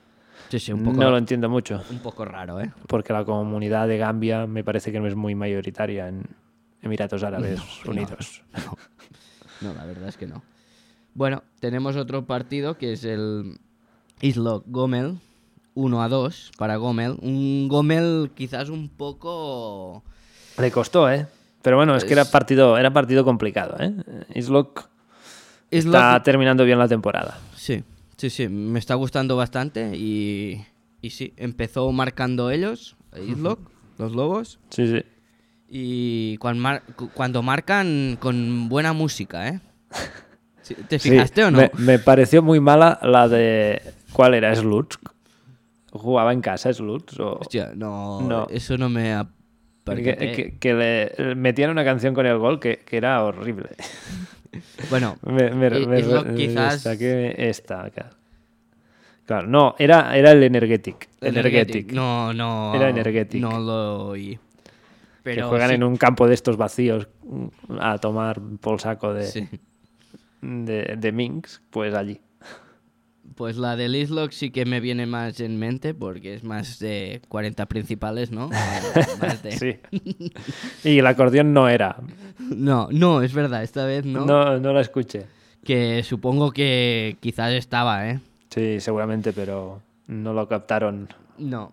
Sí, sí, un poco, No lo entiendo mucho, un poco raro, ¿eh? porque la comunidad de Gambia me parece que no es muy mayoritaria en Emiratos Árabes Unidos. No, la verdad es que no. Bueno, tenemos otro partido que es el Islo Gomel, 1 a 2 para Gomel. Un Gomel quizás un poco... Le costó, ¿eh? Pero bueno, es que era Es- partido, era partido complicado, ¿eh? Islok Islo- está terminando bien la temporada. Sí, sí, sí, me está gustando bastante y, y sí, empezó marcando ellos, Islo, los lobos, Sí, sí. y cuan mar- cu- cuando marcan con buena música, ¿eh? Sí, ¿Te Sí, fijaste o no? Me, me pareció muy mala la de... ¿Cuál era? ¿Slutsk? ¿Jugaba en casa Slutsk? O... Hostia, no, No. eso no me... ¿eh? ap- Que, que- que le metían una canción con el gol que, que era horrible. Bueno, Me, me- Eh, me- es lo me quizás- saqué esta acá. Claro, no, era, era el Energetic. Energetic. No, no. Era Energetic. No lo oí. Pero que juegan sí, en un campo de estos vacíos mm, a tomar por saco de, sí. de, de Minx, pues allí. Pues la del Islock sí que me viene más en mente porque es más de 40 principales, ¿no? O más de- Sí. y el acordeón no era. No, no, es verdad, esta vez no. No, no la escuché. Que supongo que quizás estaba, ¿eh? Sí, seguramente, pero no lo captaron. No.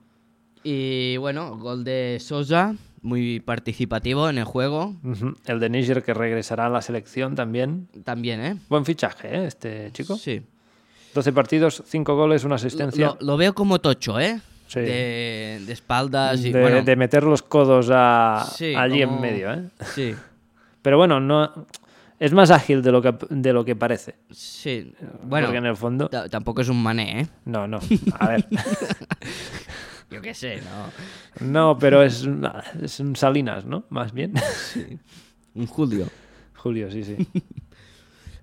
Y bueno, gol de Sosa, muy participativo en el juego. Ujú. El de Niger que regresará a la selección también. También, ¿eh? Buen fichaje, ¿eh? Este chico. Sí. 12 partidos, 5 goles, una asistencia. Lo, lo veo como tocho, ¿eh? Sí. De, de espaldas y de, Ah, bueno. de meter los codos a- Sí, allí en como- medio, ¿eh? Sí, Pero bueno, no es más ágil de lo que de lo que parece. sí. Bueno, porque en el fondo ta- tampoco es un mané, ¿eh? no, no, a ver. Yo qué sé, ¿no? No, pero es, una- es un Salinas, ¿no? Más bien. Un Julio. Julio, sí, sí.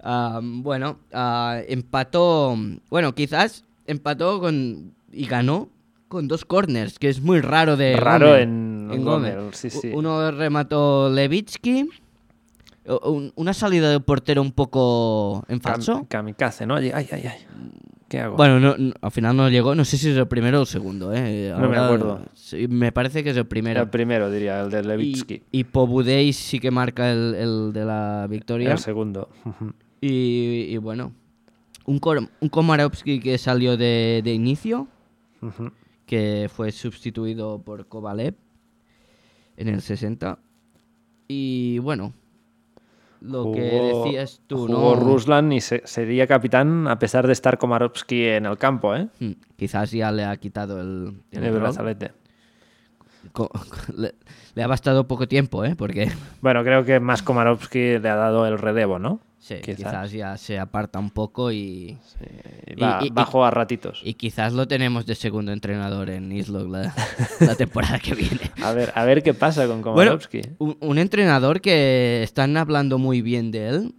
Ah, bueno, ah, empató. Bueno, quizás empató con. y ganó con dos corners, que es muy raro de. Raro Gómez. en Gómez. Gómez, sí, U- sí. Uno remató Levitsky. O- un- una salida de portero un poco en Cam- falso. kamikaze, ¿no? Allí, ay, ay, ay. ¿Qué hago? Bueno, no- no, al final no llegó. No sé si es el primero o el segundo, ¿eh? No me Ahora- acuerdo. sí, me parece que es el primero. el primero diría, el de Levitsky. Y, y Pobudei sí que marca el, el de la victoria. El segundo. Ujú. Y, y bueno, un, Kor- un Komarovsky que salió de, de inicio, Ujú. que fue sustituido por Kovalev en el 60. Y bueno, lo Jugó- que decías tú, jugó ¿no? Ruslan y se- sería capitán a pesar de estar Komarovsky en el campo, ¿eh? Mm, Quizás ya le ha quitado el, el En el rol. brazalete. Co- le, le ha bastado poco tiempo, ¿eh? Porque Bueno, creo que más Komarovsky le ha dado el relevo, ¿no? sí, Quizás. quizás. ya se aparta un poco y, Eh, Y- Va, y- va a y- jugar ratitos. y quizás lo tenemos de segundo entrenador en Islog la- la temporada que viene. A ver, a ver qué pasa con Bueno, Komarovsky. un, un entrenador que están hablando muy bien de él,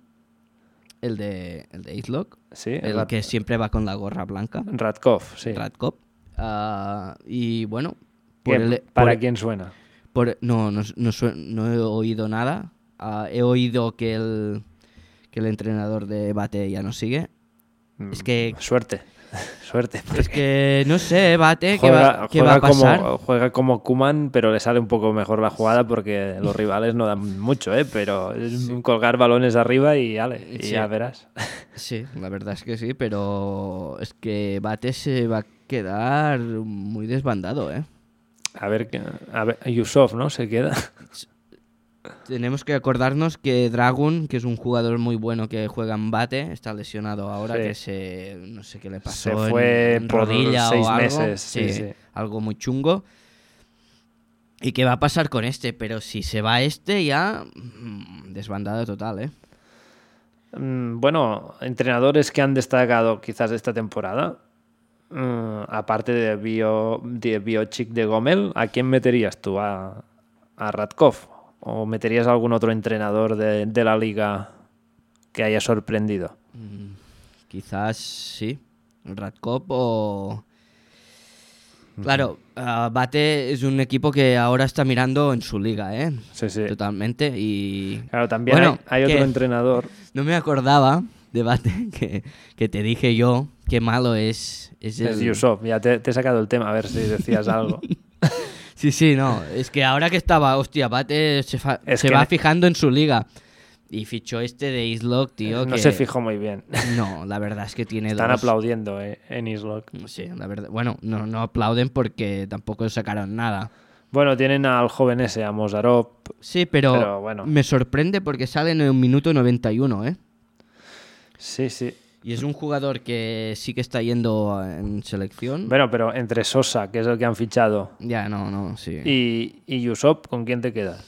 el de, el de Islock, sí, el Rat- que siempre va con la gorra blanca, Ratkov, sí. Radkov. Ah, y bueno, ¿Qué- por el- ¿Para por- quién suena? por- no, no, no sue- no he oído nada. Ah, he oído que el, que el entrenador de Bate ya no sigue. Mm, Es que, Suerte, suerte. es que no sé, Bate, ¿qué Juega, va, qué juega va a pasar? como, juega como Kuman, pero le sale un poco mejor la jugada porque los rivales no dan mucho, ¿eh? Pero es colgar balones arriba y, ale, y Sí. ya verás. Sí, la verdad es que sí, pero es que Bate se va a quedar muy desbandado, ¿eh? A ver, qué- a ver Yusov, ¿no? Se queda. Tenemos que acordarnos que Dragon, que es un jugador muy bueno que juega en bate, está lesionado ahora, Sí. que se, no sé qué le pasó. Se en- fue en por rodilla seis o algo. meses, sí, sí. Algo muy chungo. ¿Y qué va a pasar con este? Pero si se va este ya... mm, Desbandado total, ¿eh? Mm, Bueno, entrenadores que han destacado quizás esta temporada, mm, aparte de, Bio, de Biochic de Gomel, ¿a quién meterías tú? ¿A, a Radkov? ¿O meterías a algún otro entrenador de, de la liga que haya sorprendido? Quizás sí. Radcop o. Claro, ah, Bate es un equipo que ahora está mirando en su liga, ¿eh? Sí, sí. Totalmente. Y. Claro, también Bueno, hay, hay otro que entrenador. No me acordaba de Bate que, que te dije yo qué malo es. Es, Es el- Yusov, ya te, te he sacado el tema, a ver si decías algo. Sí, sí, no. Es que ahora que estaba, hostia, Bate se, fa- Es se que va ne- fijando en su liga. Y fichó este de Islock, tío. no que- se fijó muy bien. No, la verdad es que tiene Están dos. aplaudiendo eh, en Islock. Sí, la verdad. Bueno, no, no aplauden porque tampoco sacaron nada. Bueno, tienen al joven ese, a Mozarov. Sí, pero, Pero bueno. me sorprende porque sale en el minuto 91, ¿eh? Sí, sí. Y es un jugador que sí que está yendo en selección. Mm. Bueno, pero entre Sosa, que es el que han fichado, Ya, no, no, sí. y, y Yusop, ¿con quién te quedas?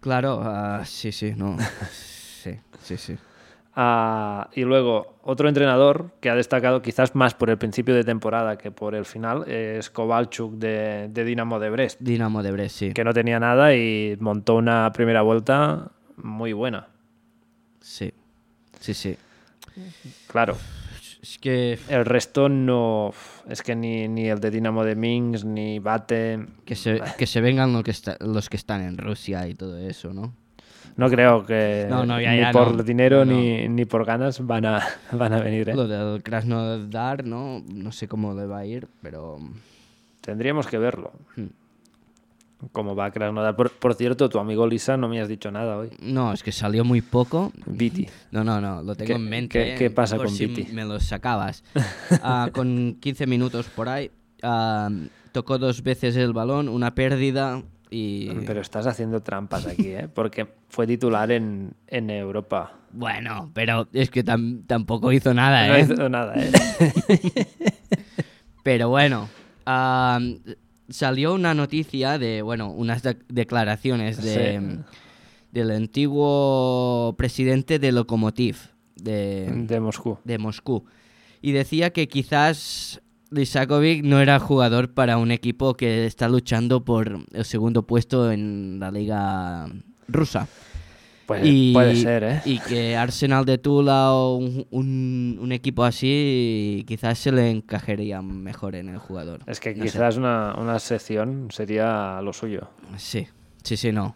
Claro, ah, sí, sí, no. sí, sí, sí. Ah, y luego, otro entrenador que ha destacado quizás más por el principio de temporada que por el final es Kovalchuk de, de Dinamo de Brest, Dinamo de Brest, sí. que no tenía nada y montó una primera vuelta muy buena. Sí, sí, sí. Claro, Es que, el resto no. Es que ni, ni el de Dinamo de Minsk, ni Bate. que, se, que se vengan lo que está- los que están en Rusia y todo eso, ¿no? No creo que No, no, ya, ni ya, por no. dinero No, no. Ni, ni por ganas van a, van a venir. ¿eh? Lo del Krasnodar, ¿no? No sé cómo le va a ir, pero... Tendríamos que verlo. Hmm. Cómo va a Krasnodar. Por, por cierto, tu amigo Lisa no me has dicho nada hoy. No, es que salió muy poco. Viti. No, no, no, lo tengo ¿Qué- en mente. qué- ¿eh? qué pasa Por con si Viti? Me los sacabas. Ah, con 15 minutos por ahí. ah, tocó dos veces el balón, una pérdida y. Ah, Pero estás haciendo trampas aquí, ¿eh? Porque fue titular en, en Europa. Bueno, pero es que tam- tampoco hizo nada, No ¿eh? hizo nada, ¿eh? Pero bueno. ah, salió una noticia de, bueno, unas de- declaraciones de, del antiguo presidente de Lokomotiv. De, De Moscú. de Moscú. Y decía que quizás Lisakovic no era jugador para un equipo que está luchando por el segundo puesto en la liga rusa. Pues, Y- puede ser, ¿eh? Y que Arsenal de Tula o un, un- un equipo así quizás se le encajaría mejor en el jugador. Es que No sé. quizás una, una sección sería lo suyo. Sí, sí, sí, no.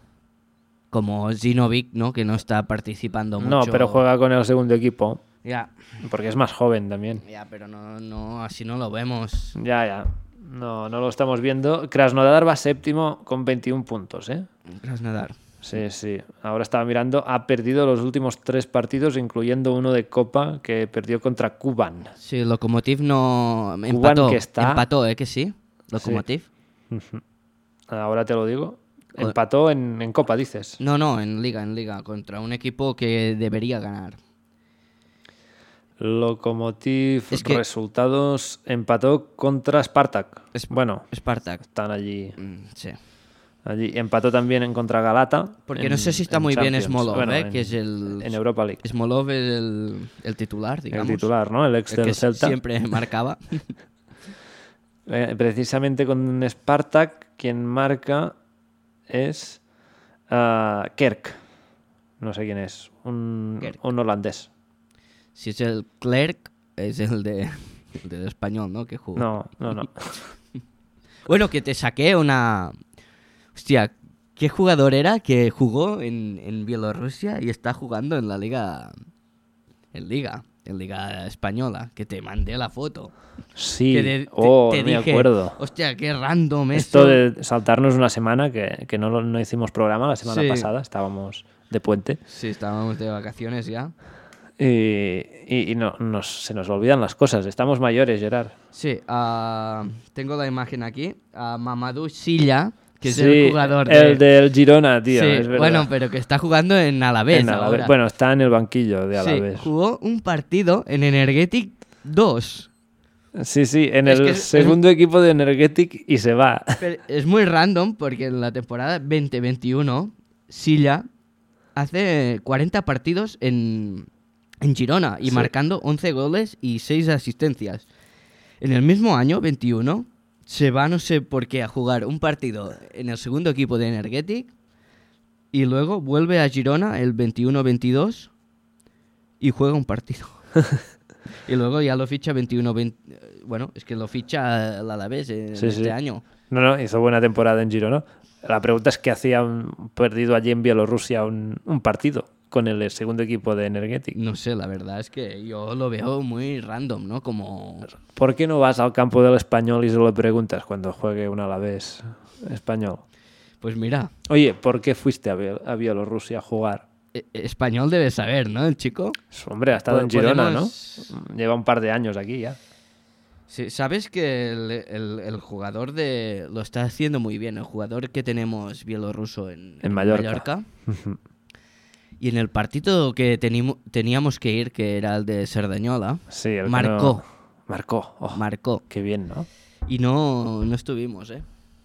Como Zinovic, ¿no? Que no está participando mucho. No, pero juega con el segundo equipo. Ya, Porque es más joven también. ya, pero no, no, así no lo vemos. Ya, ya. No, no lo estamos viendo. Krasnodar va séptimo con 21 puntos, ¿eh? Krasnodar. Sí, sí. Ahora estaba mirando. Ha perdido los últimos tres partidos, incluyendo uno de Copa que perdió contra Kuban. Sí, Lokomotiv no empató, que está- empató, ¿eh? Que sí, Lokomotiv. Ahora te lo digo. Joder. Empató en, en Copa, dices. No, no, en liga, en liga, contra un equipo que debería ganar. Lokomotiv, Es que- resultados. Empató contra Spartak. Es- Bueno, Spartak, están allí. mm, sí. allí. Empató también en contra Galata. Porque en- no sé si está en muy bien Champions. Smolov, Bueno, ¿eh? en- que es el... En Europa League. Smolov es el, el titular, digamos. El titular, ¿no? El ex el del que Celta. siempre marcaba. Eh, precisamente con Spartak, quien marca es ah, Kerk. No sé quién es. Un, Kerk. un holandés. si es el Clerc, es el de... el del español, ¿no? Que jugó. No, no, no. Bueno, que te saqué una... Hostia, ¿qué jugador era que jugó en, en Bielorrusia y está jugando en la liga... En liga, en liga española, que te mandé la foto. Sí. que de- te- oh, te no me dije, acuerdo. Hostia, qué random Esto eso". de saltarnos una semana, que, que no, lo- no hicimos programa la semana Sí. pasada, estábamos de puente. Sí, estábamos de vacaciones ya. Y, y- y no, nos- se nos olvidan las cosas. Estamos mayores, Gerard. Sí, ah, tengo la imagen aquí. a Mamadou Silla, que es Sí, el jugador El del Girona, tío. Sí, es verdad. bueno, pero que está jugando en Alavés En Alavés. ahora. Bueno, está en el banquillo de sí, Alavés. jugó un partido en Energetic 2. Sí, sí, en Es el que es- segundo equipo de Energetic y se va. Pero es muy random porque en la temporada 2021 Silla hace 40 partidos en, en Girona y Sí. marcando 11 goles y 6 asistencias. En el mismo año, 21, se va no sé por qué a jugar un partido en el segundo equipo de Energetic y luego vuelve a Girona el 21-22 y juega un partido. y luego ya lo ficha 21-20. Bueno, es que lo ficha al Alavés en Sí, este sí. año. No, no, hizo buena temporada en Girona. La pregunta es que hacía un- perdido allí en Bielorrusia un, un partido con el segundo equipo de Energetic. No sé, la verdad es que yo lo veo muy random, ¿no? Como ¿Por qué no vas al campo del español y se lo preguntas cuando juegue un Alavés español? Pues mira, Oye, ¿por qué fuiste a, Biel- a Bielorrusia a jugar? Pues, e- español debe saber, ¿no? El chico. Hombre, ha estado Po- en Girona, Pues podemos- ¿no? Lleva un par de años aquí ya. Sí, Sabes que el, el- el jugador de lo está haciendo muy bien, el jugador que tenemos bielorruso en, En Mallorca. Mallorca. y en el partido que tenimo- teníamos que ir, que era el de Cerdañola, Sí, el que marcó, no- Marcó. Oh, marcó. qué bien, ¿no? Y no, no estuvimos, ¿eh?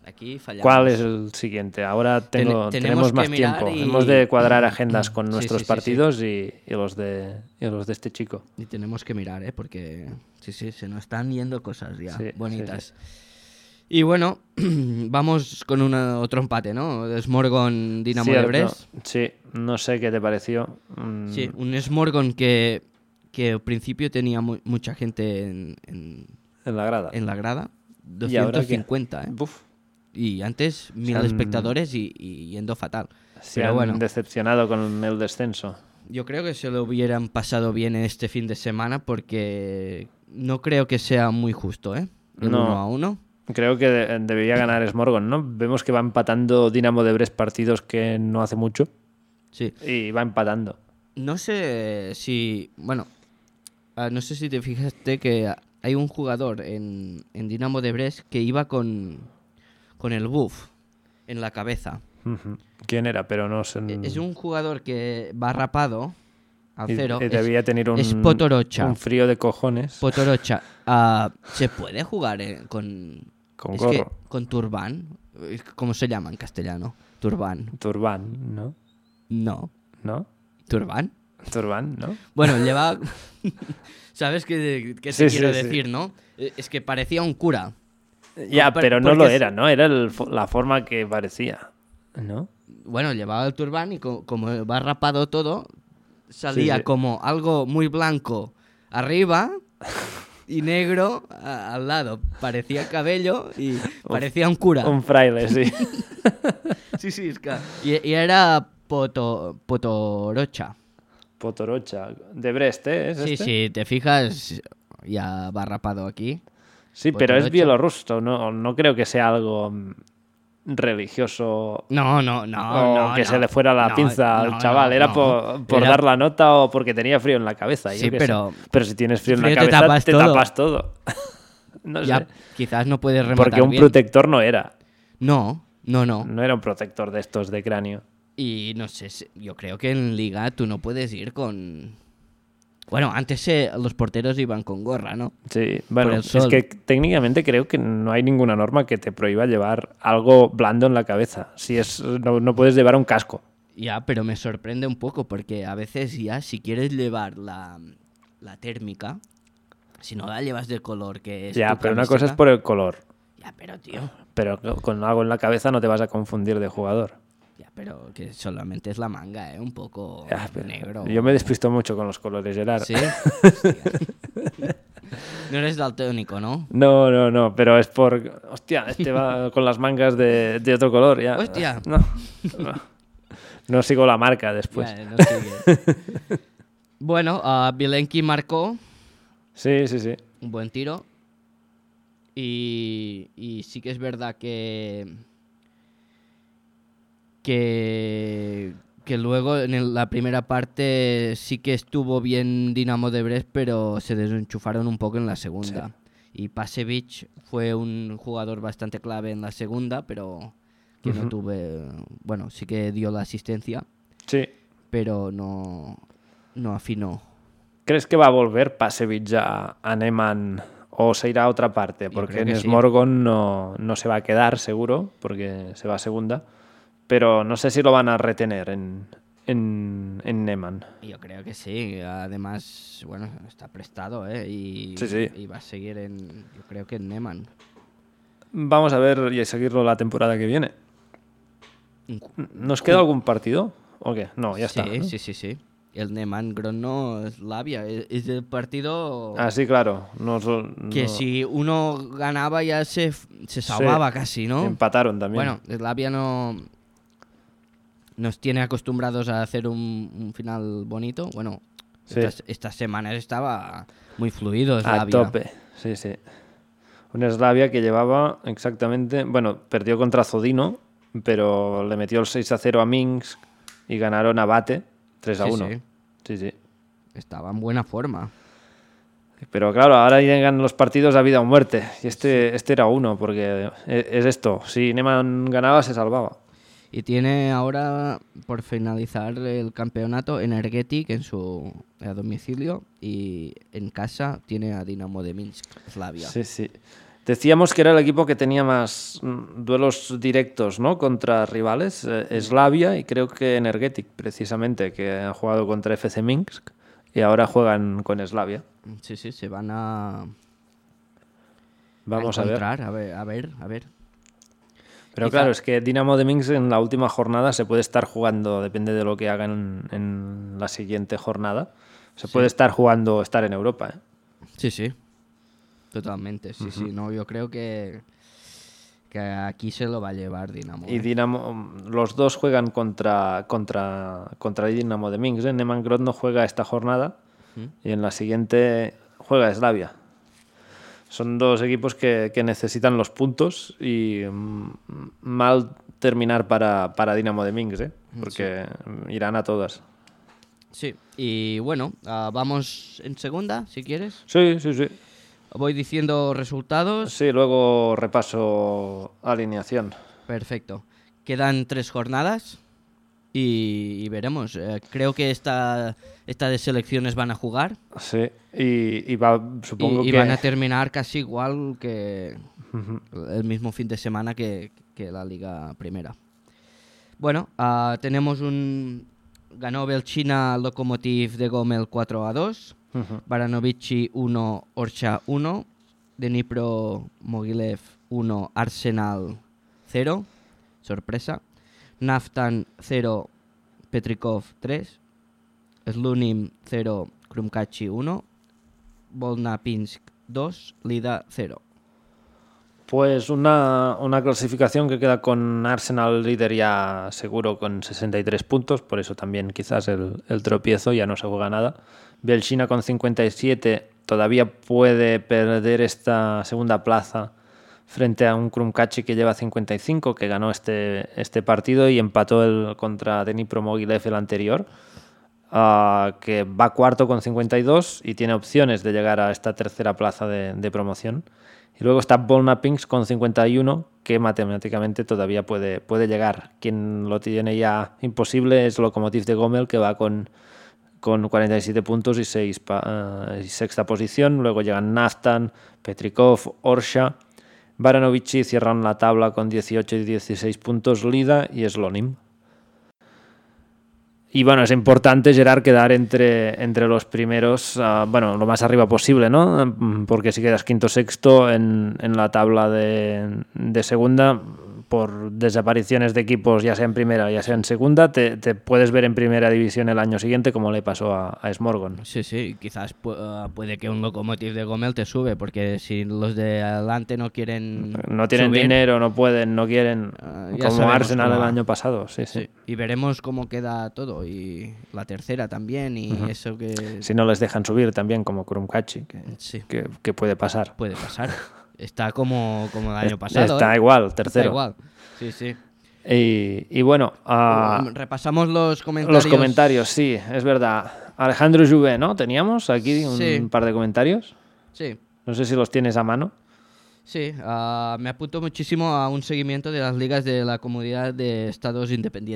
Aquí fallamos. ¿Cuál es el siguiente? Ahora tengo, Tene- tenemos tenemos, que más mirar tiempo. y- Mm. Hemos de cuadrar agendas con Sí, nuestros sí, sí, sí. partidos Y, y los de, y los de este chico. Y tenemos que mirar, ¿eh? Porque sí, sí, se nos están yendo cosas ya Sí, bonitas. Y bueno, vamos con una- otro empate, ¿no? Smorgon Dinamo de Cierto. Brest. Sí, no sé qué te pareció. Mm, Sí, un Smorgon que, que al principio tenía mu- mucha gente en, en- En la grada. en la grada. ¿Y ahora qué? 250, ¿eh? Buf, Y antes mil han- espectadores y, y yendo fatal. se Pero han bueno, decepcionado con el descenso. yo creo que se lo hubieran pasado bien este fin de semana porque no creo que sea muy justo, ¿eh? El No. uno a uno. Creo que de- debería ganar Smorgon, ¿no? Vemos que va empatando Dinamo de Brest partidos que no hace mucho Sí. y va empatando. No sé si. Bueno, ah, no sé si te fijaste que hay un jugador en, en Dinamo de Brest que iba con, con el buff en la cabeza. Ujú. ¿Quién era? Pero no sé. mm, E- Es un jugador que va rapado al y- cero. y es- debía tener un, es Potorocha. un frío de cojones Potorocha. Ah, ¿Se puede jugar eh, con. con es que- gorro. con turbán? Es que, ¿Cómo se llama en castellano? Turbán. Turbán, ¿no? No. ¿No? ¿Turbán? Turbán, ¿no? Bueno, lleva. ¿Sabes qué, qué te Sí, sí, quiero sí. decir, no? Eh, Es que parecía un cura. Ya, Eh, por- pero no porque lo es- era, ¿no? Era el fo- la forma que parecía, ¿no? Bueno, llevaba el turbán y co- como va rapado todo, salía Sí, sí. como algo muy blanco arriba y negro a- al lado. Parecía cabello y parecía un cura. Un fraile, sí. Sí, sí, es que. Y, y era poto, potorocha. Potorocha. De Brest, ¿eh? ¿Es Sí, este? sí, te fijas, ya va rapado aquí. Sí, pero es Potorocha. bielorruso, no, no creo que sea algo mm, religioso No, no, no. o no, que no. se le fuera la No, pinza al no, chaval. no, Era no. por, por Era- dar la nota o porque tenía frío en la cabeza. yo Sí, qué sé. pero- pero si tienes frío en la frío te cabeza, tapas te todo. tapas todo. no Ya, sé. quizás no puedes rematar ¿eh? Porque un Mm. bien. protector no era. No, no, no. No era un protector de estos de cráneo. Y no sé, si- yo creo que en liga tú no puedes ir con... Bueno, antes eh, los porteros iban con gorra, ¿no? Sí, bueno, el es sol. que técnicamente creo que no hay ninguna norma que te prohíba llevar algo blando en la cabeza. Si es, no, no puedes llevar un casco. Ya, pero me sorprende un poco porque a veces ya si quieres llevar la, la térmica, si no la llevas del color que es... ya, tu pero una cosa es camiseta- por el color. Ya, pero tío, Pero con algo en la cabeza no te vas a confundir de jugador. ya, pero que solamente es la manga, ¿eh? Un poco Ya, pero negro. Yo me despisto mucho con los colores, Gerard. Sí. Hostia. no eres daltónico, ¿no? No, no, no, pero es por. Hostia, este va con las mangas de, de otro color, ya. Hostia. No, no. No sigo la marca después. Ya, eh. no sigue. bueno, ah, Bilenki marcó Sí, sí, sí. un buen tiro. Y, y sí que es verdad que. Que. Que luego en el- la primera parte sí que estuvo bien Dinamo de Brest, pero se desenchufaron un poco en la segunda. Y Pasevich fue un jugador bastante clave en la segunda, pero que no tuve. Bueno, sí que dio la asistencia, Sí. pero no, no afinó. ¿Crees que va a volver Pasevich a, a Neman o se irá a otra parte? Yo Porque creo que en sí. Smorgon no, no se va a quedar, seguro, porque se va a segunda. Pero no sé si lo van a retener en, en en, en Neman. Yo creo que sí. Además, bueno, está prestado, ¿eh? Y, Sí, sí. y va a seguir en, yo creo que en Neman. Vamos a ver y a seguirlo la temporada que viene. ¿Nos queda algún partido? ¿O qué? No, Pues ya sí, está. ¿no? sí, sí, sí. El Neman Grodno Slavia es, es el partido Ah, sí, claro. No, sol- que no- si uno ganaba ya se, f- se salvaba casi, ¿no? Empataron también. Bueno, Slavia no nos tiene acostumbrados a hacer un, un final bonito. Bueno, Sí. estas, estas semanas estaba muy fluido a Slavia. tope. Sí, sí. Una Slavia que llevaba exactamente. Bueno, perdió contra Zodino, pero le metió el 6 a 0 a Minsk y ganaron a Bate 3 a Sí, 1. sí. sí, sí. Estaba en buena forma. Pero claro, ahora llegan los partidos a vida o muerte. Y este, este era uno, porque e- es esto. Si Neman ganaba, se salvaba. Y tiene ahora, por finalizar el campeonato, Energetic en su a domicilio y en casa tiene a Dinamo de Minsk, Slavia. Sí, sí. Decíamos que era el equipo que tenía más mm, duelos directos, ¿no? Contra rivales. eh, Slavia y creo que Energetic, precisamente, que han jugado contra FC Minsk y ahora juegan con Slavia. sí, sí, se van a, a Vamos a, ver. encontrar, a ver, a ver, a ver. Pero Quizá- claro, es que Dinamo de Minsk en la última jornada se puede estar jugando, depende de lo que hagan en la siguiente jornada, se puede estar jugando estar en Europa. ¿eh? Sí, sí. Totalmente, sí, sí. No, yo creo que, que aquí se lo va a llevar Dinamo. Y ¿eh? Dinamo, los dos juegan contra, contra, contra el Dinamo de Minsk. ¿eh? Neman Grod no juega esta jornada y en la siguiente juega Slavia. Son dos equipos que, que necesitan los puntos y mm, mal terminar para, para Dinamo de Minsk, ¿eh? porque irán a todas. Sí, y bueno, ah, vamos en segunda, si quieres. Sí, sí, sí. Voy diciendo resultados. Sí, luego repaso alineación. Perfecto. Quedan tres jornadas y, y veremos. Eh, creo que esta, esta de selecciones van a jugar Sí, y, y va, y, supongo y que... van a terminar casi igual que el mismo fin de semana que, que la Liga Primera. Bueno, ah, tenemos un... Ganó Belchina Lokomotiv de Gomel 4 a 2, Baranovici 1, Orcha 1, Dnipro Mogilev 1, Arsenal 0, sorpresa, Naftan 0, Petrikov 3, Slunim 0, Krumkachi 1, Volnapinsk 2, Lida 0. Pues una, una clasificación que queda con Arsenal líder ya seguro con 63 puntos, por eso también quizás el, el tropiezo ya no se juega nada. Belchina con 57 todavía puede perder esta segunda plaza frente a un Krumkachi que lleva 55, que ganó este, este partido y empató el contra Dnipro Mogilev el anterior. ah, que va cuarto con 52 y tiene opciones de llegar a esta tercera plaza de, de promoción. Y luego está Bolna Pinks con 51, que matemáticamente todavía puede, puede llegar. Quien lo tiene ya imposible es Lokomotiv de Gomel, que va con, con 47 puntos y, seis pa- eh, y sexta posición. Luego llegan Naftan, Petrikov, Orsha. Baranovici cierran la tabla con 18 y 16 puntos, Lida y Slonim. Y bueno, es importante, Gerard, quedar entre, entre los primeros, ah, bueno, lo más arriba posible, ¿no? Mm, Porque si quedas quinto sexto en, en la tabla de, de segunda, por desapariciones de equipos, ya sea en primera, ya sea en segunda, te, te puedes ver en primera división el año siguiente, como le pasó a, a Smorgon. Sí, sí, quizás pu- ah, puede que un locomotive de Gomel te sube, porque si los de adelante no quieren. No tienen subir, dinero, no pueden, no quieren, Ah, ya como sabemos Arsenal cómo el va. año pasado, sí, sí. sí, Y veremos cómo queda todo. Y la tercera también, y eso que. Si no les dejan subir también, como Kurumkachi, que, Sí, que- que puede pasar. puede pasar. Está como, como el año pasado. Está ¿eh? igual, Está tercero. igual. Sí, sí. Um, Y, y bueno, ah, Repasamos los comentarios. los comentarios, sí, es verdad. Alejandro Juve, ¿no? Teníamos aquí un Sí. par de comentarios. Sí. No sé si los tienes a mano. Sí, ah, me apunto muchísimo a un seguimiento de las ligas de la comunidad de estados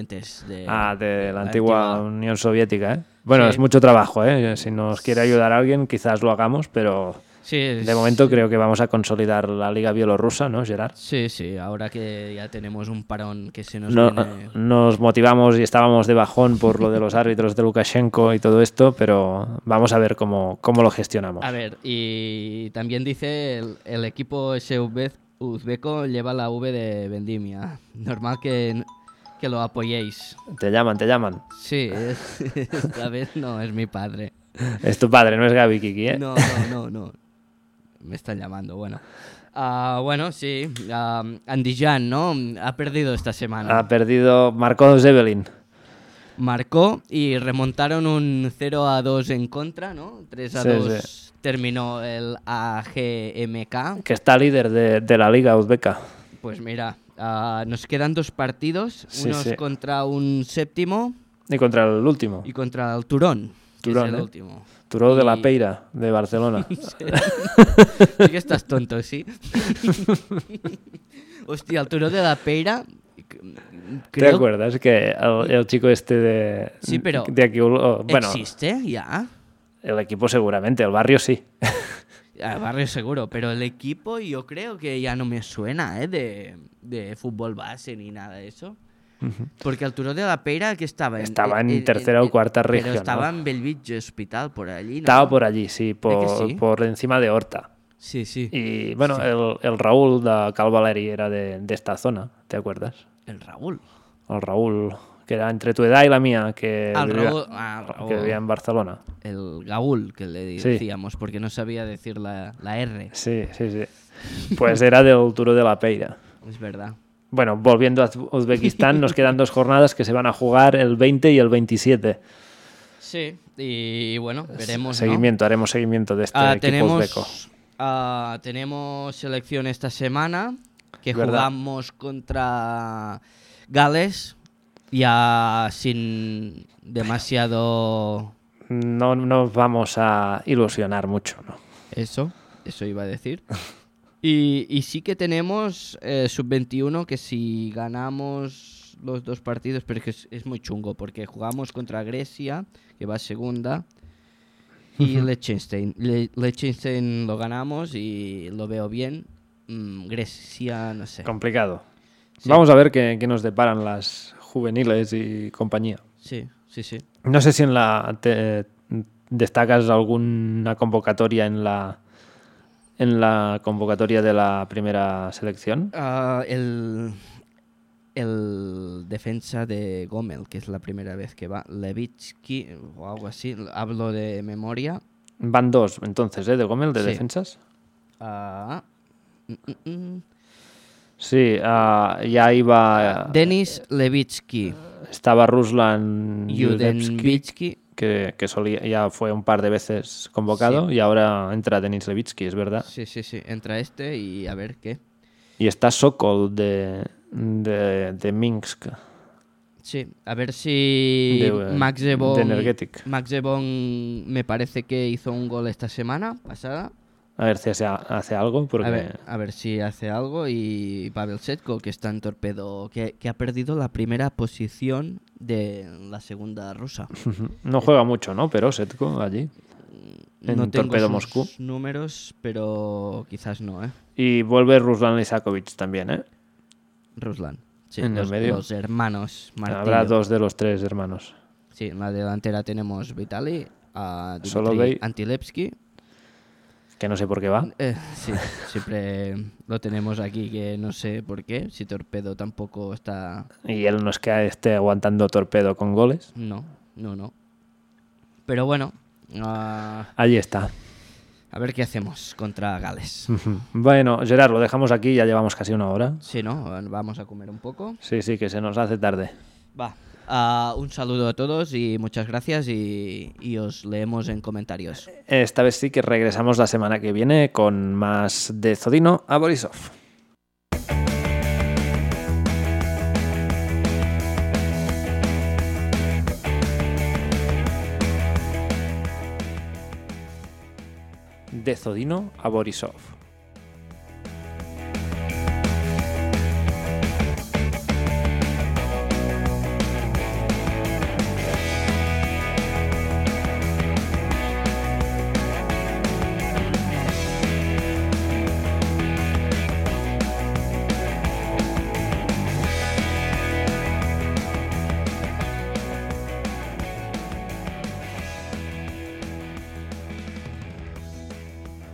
independientes. De, ah, de la la antigua antigua- Unión Soviética, ¿eh? Bueno, Sí. es mucho trabajo, ¿eh? Si nos quiere ayudar alguien, quizás lo hagamos, pero Sí, es- De momento creo que vamos a consolidar la liga bielorrusa, ¿no, Gerard? Sí, sí, ahora que ya tenemos un parón que se nos No- ah, viene... nos motivamos y estábamos de bajón por lo de los árbitros de Lukashenko y todo esto, pero vamos a ver cómo, cómo lo gestionamos. A ver, y también dice el, el equipo ese uzbe- uzbeco lleva la V de Vendimia. Normal que, n- que lo apoyéis. Te llaman, te llaman. Sí, es- esta vez no es mi padre. Es tu padre, no es Gaby Kiki, ¿eh? No, no, no, no. Me están llamando, bueno. Ah, bueno, sí. am, Andijan, ¿no? Ha perdido esta semana. Ha perdido, marcó dos Evelyn. Marcó y remontaron un 0 a 2 en contra, ¿no? 3 a Sí, 2 terminó el AGMK. que está líder de, de la liga uzbeca. Pues mira, ah, nos quedan dos partidos, Sí, unos sí. contra un séptimo Y contra el último, y contra el Turón, que Turón, es el ¿eh? último. Turó de la y- Peira, de Barcelona. Sí que estás tonto, sí. Hostia, el Turón de la Peira. ¿Te Creo acuerdas que el, el chico este de, Sí, pero- de aquí... oh, bueno, existe ya. el equipo seguramente, el barrio sí. A barrio seguro, pero el equipo yo creo que ya no me suena, ¿eh? De, de fútbol base ni nada de eso. Porque el Turó de la Peira que estaba en... Estaba en tercera o cuarta región, Pero estaba ¿no? en Belvitge Hospital, por allí, ¿no? Estaba por allí, sí por, sí? por encima de Horta. Sí, sí. Y bueno, el, el Raúl de Calvaleri era de, de esta zona, ¿te acuerdas? El Raúl. El Raúl, que era entre tu edad y la mía, que, Ah, el vivía, Raúl- ah, el Raúl. que vivía en Barcelona. El Gaúl, que le Sí. decíamos, porque no sabía decir la, la R. Sí, sí, sí. Pues era del Turo de la Peira. Es verdad. Bueno, volviendo a Uz- Uzbekistán, nos quedan dos jornadas que se van a jugar el 20 y el 27. Sí, y bueno, veremos, ¿no? seguimiento, haremos seguimiento de este Ah, equipo uzbeco. tenemos, ah, tenemos selección esta semana, que ¿Verdad? jugamos contra Gales, ya sin demasiado... No nos vamos a ilusionar mucho, ¿no? Eso, eso iba a decir. Y, y sí que tenemos eh, sub-21 que si ganamos los dos partidos, pero es que es, es muy chungo porque jugamos contra Grecia, que va segunda, y Liechtenstein. Le- Liechtenstein lo ganamos y lo veo bien. Mm, Grecia, no sé. Complicado. Sí. Vamos a ver qué, qué nos deparan las juveniles y compañía. Sí, sí, sí. No sé si en la te- destacas alguna convocatoria en la en la convocatoria de la primera selección. Ah, el, el defensa de Gomel, que es la primera vez que va, Levitsky o algo así, hablo de memoria. Van dos, entonces, ¿eh? De Gómez, de Sí. defensas. Ah, mm, mm, mm. Sí, ah, ya iba. Denis eh, Levitsky, Estaba Ruslan Yudevsky, Judenvitsky. que, que solía- ya fue un par de veces convocado, y ahora entra Denis Levitsky, es verdad. Sí, sí, sí. Entra este y a ver qué. Y está Sokol de, de, de Minsk. Sí, a ver si De, eh, Max de Ebon. Energetic. Max Ebon me parece que hizo un gol esta semana pasada. A ver si hace, hace algo, porque A ver, a ver si hace algo. Y Pavel Setko, que está en torpedo, que, que ha perdido la primera posición de la segunda rusa. no juega mucho, ¿no? Pero Setko allí. En no tengo Torpedo sus Moscú. números, pero quizás no, ¿eh? Y vuelve Ruslan Lisakovic también, ¿eh? Ruslan. Sí, En el los, medio. los hermanos Martillo. Habrá dos de los tres hermanos. Sí, en la delantera tenemos Vitali, a Dmitry Solovey. Antilevsky. Que no sé por qué va. Eh, sí, siempre lo tenemos aquí, que no sé por qué. Si Torpedo tampoco está... Y él no es que esté aguantando torpedo con goles. No, no, no. Pero bueno, ah, Allí está. a ver qué hacemos contra Gales. Ujú. Bueno, Gerard, lo dejamos aquí, ya llevamos casi una hora. Sí, ¿no? Vamos a comer un poco. Sí, sí, que se nos hace tarde. Va. ah, un saludo a todos y muchas gracias y, y os leemos en comentarios. Esta vez sí que regresamos la semana que viene con más de Zodino a Borisov. De Zodino a Borisov.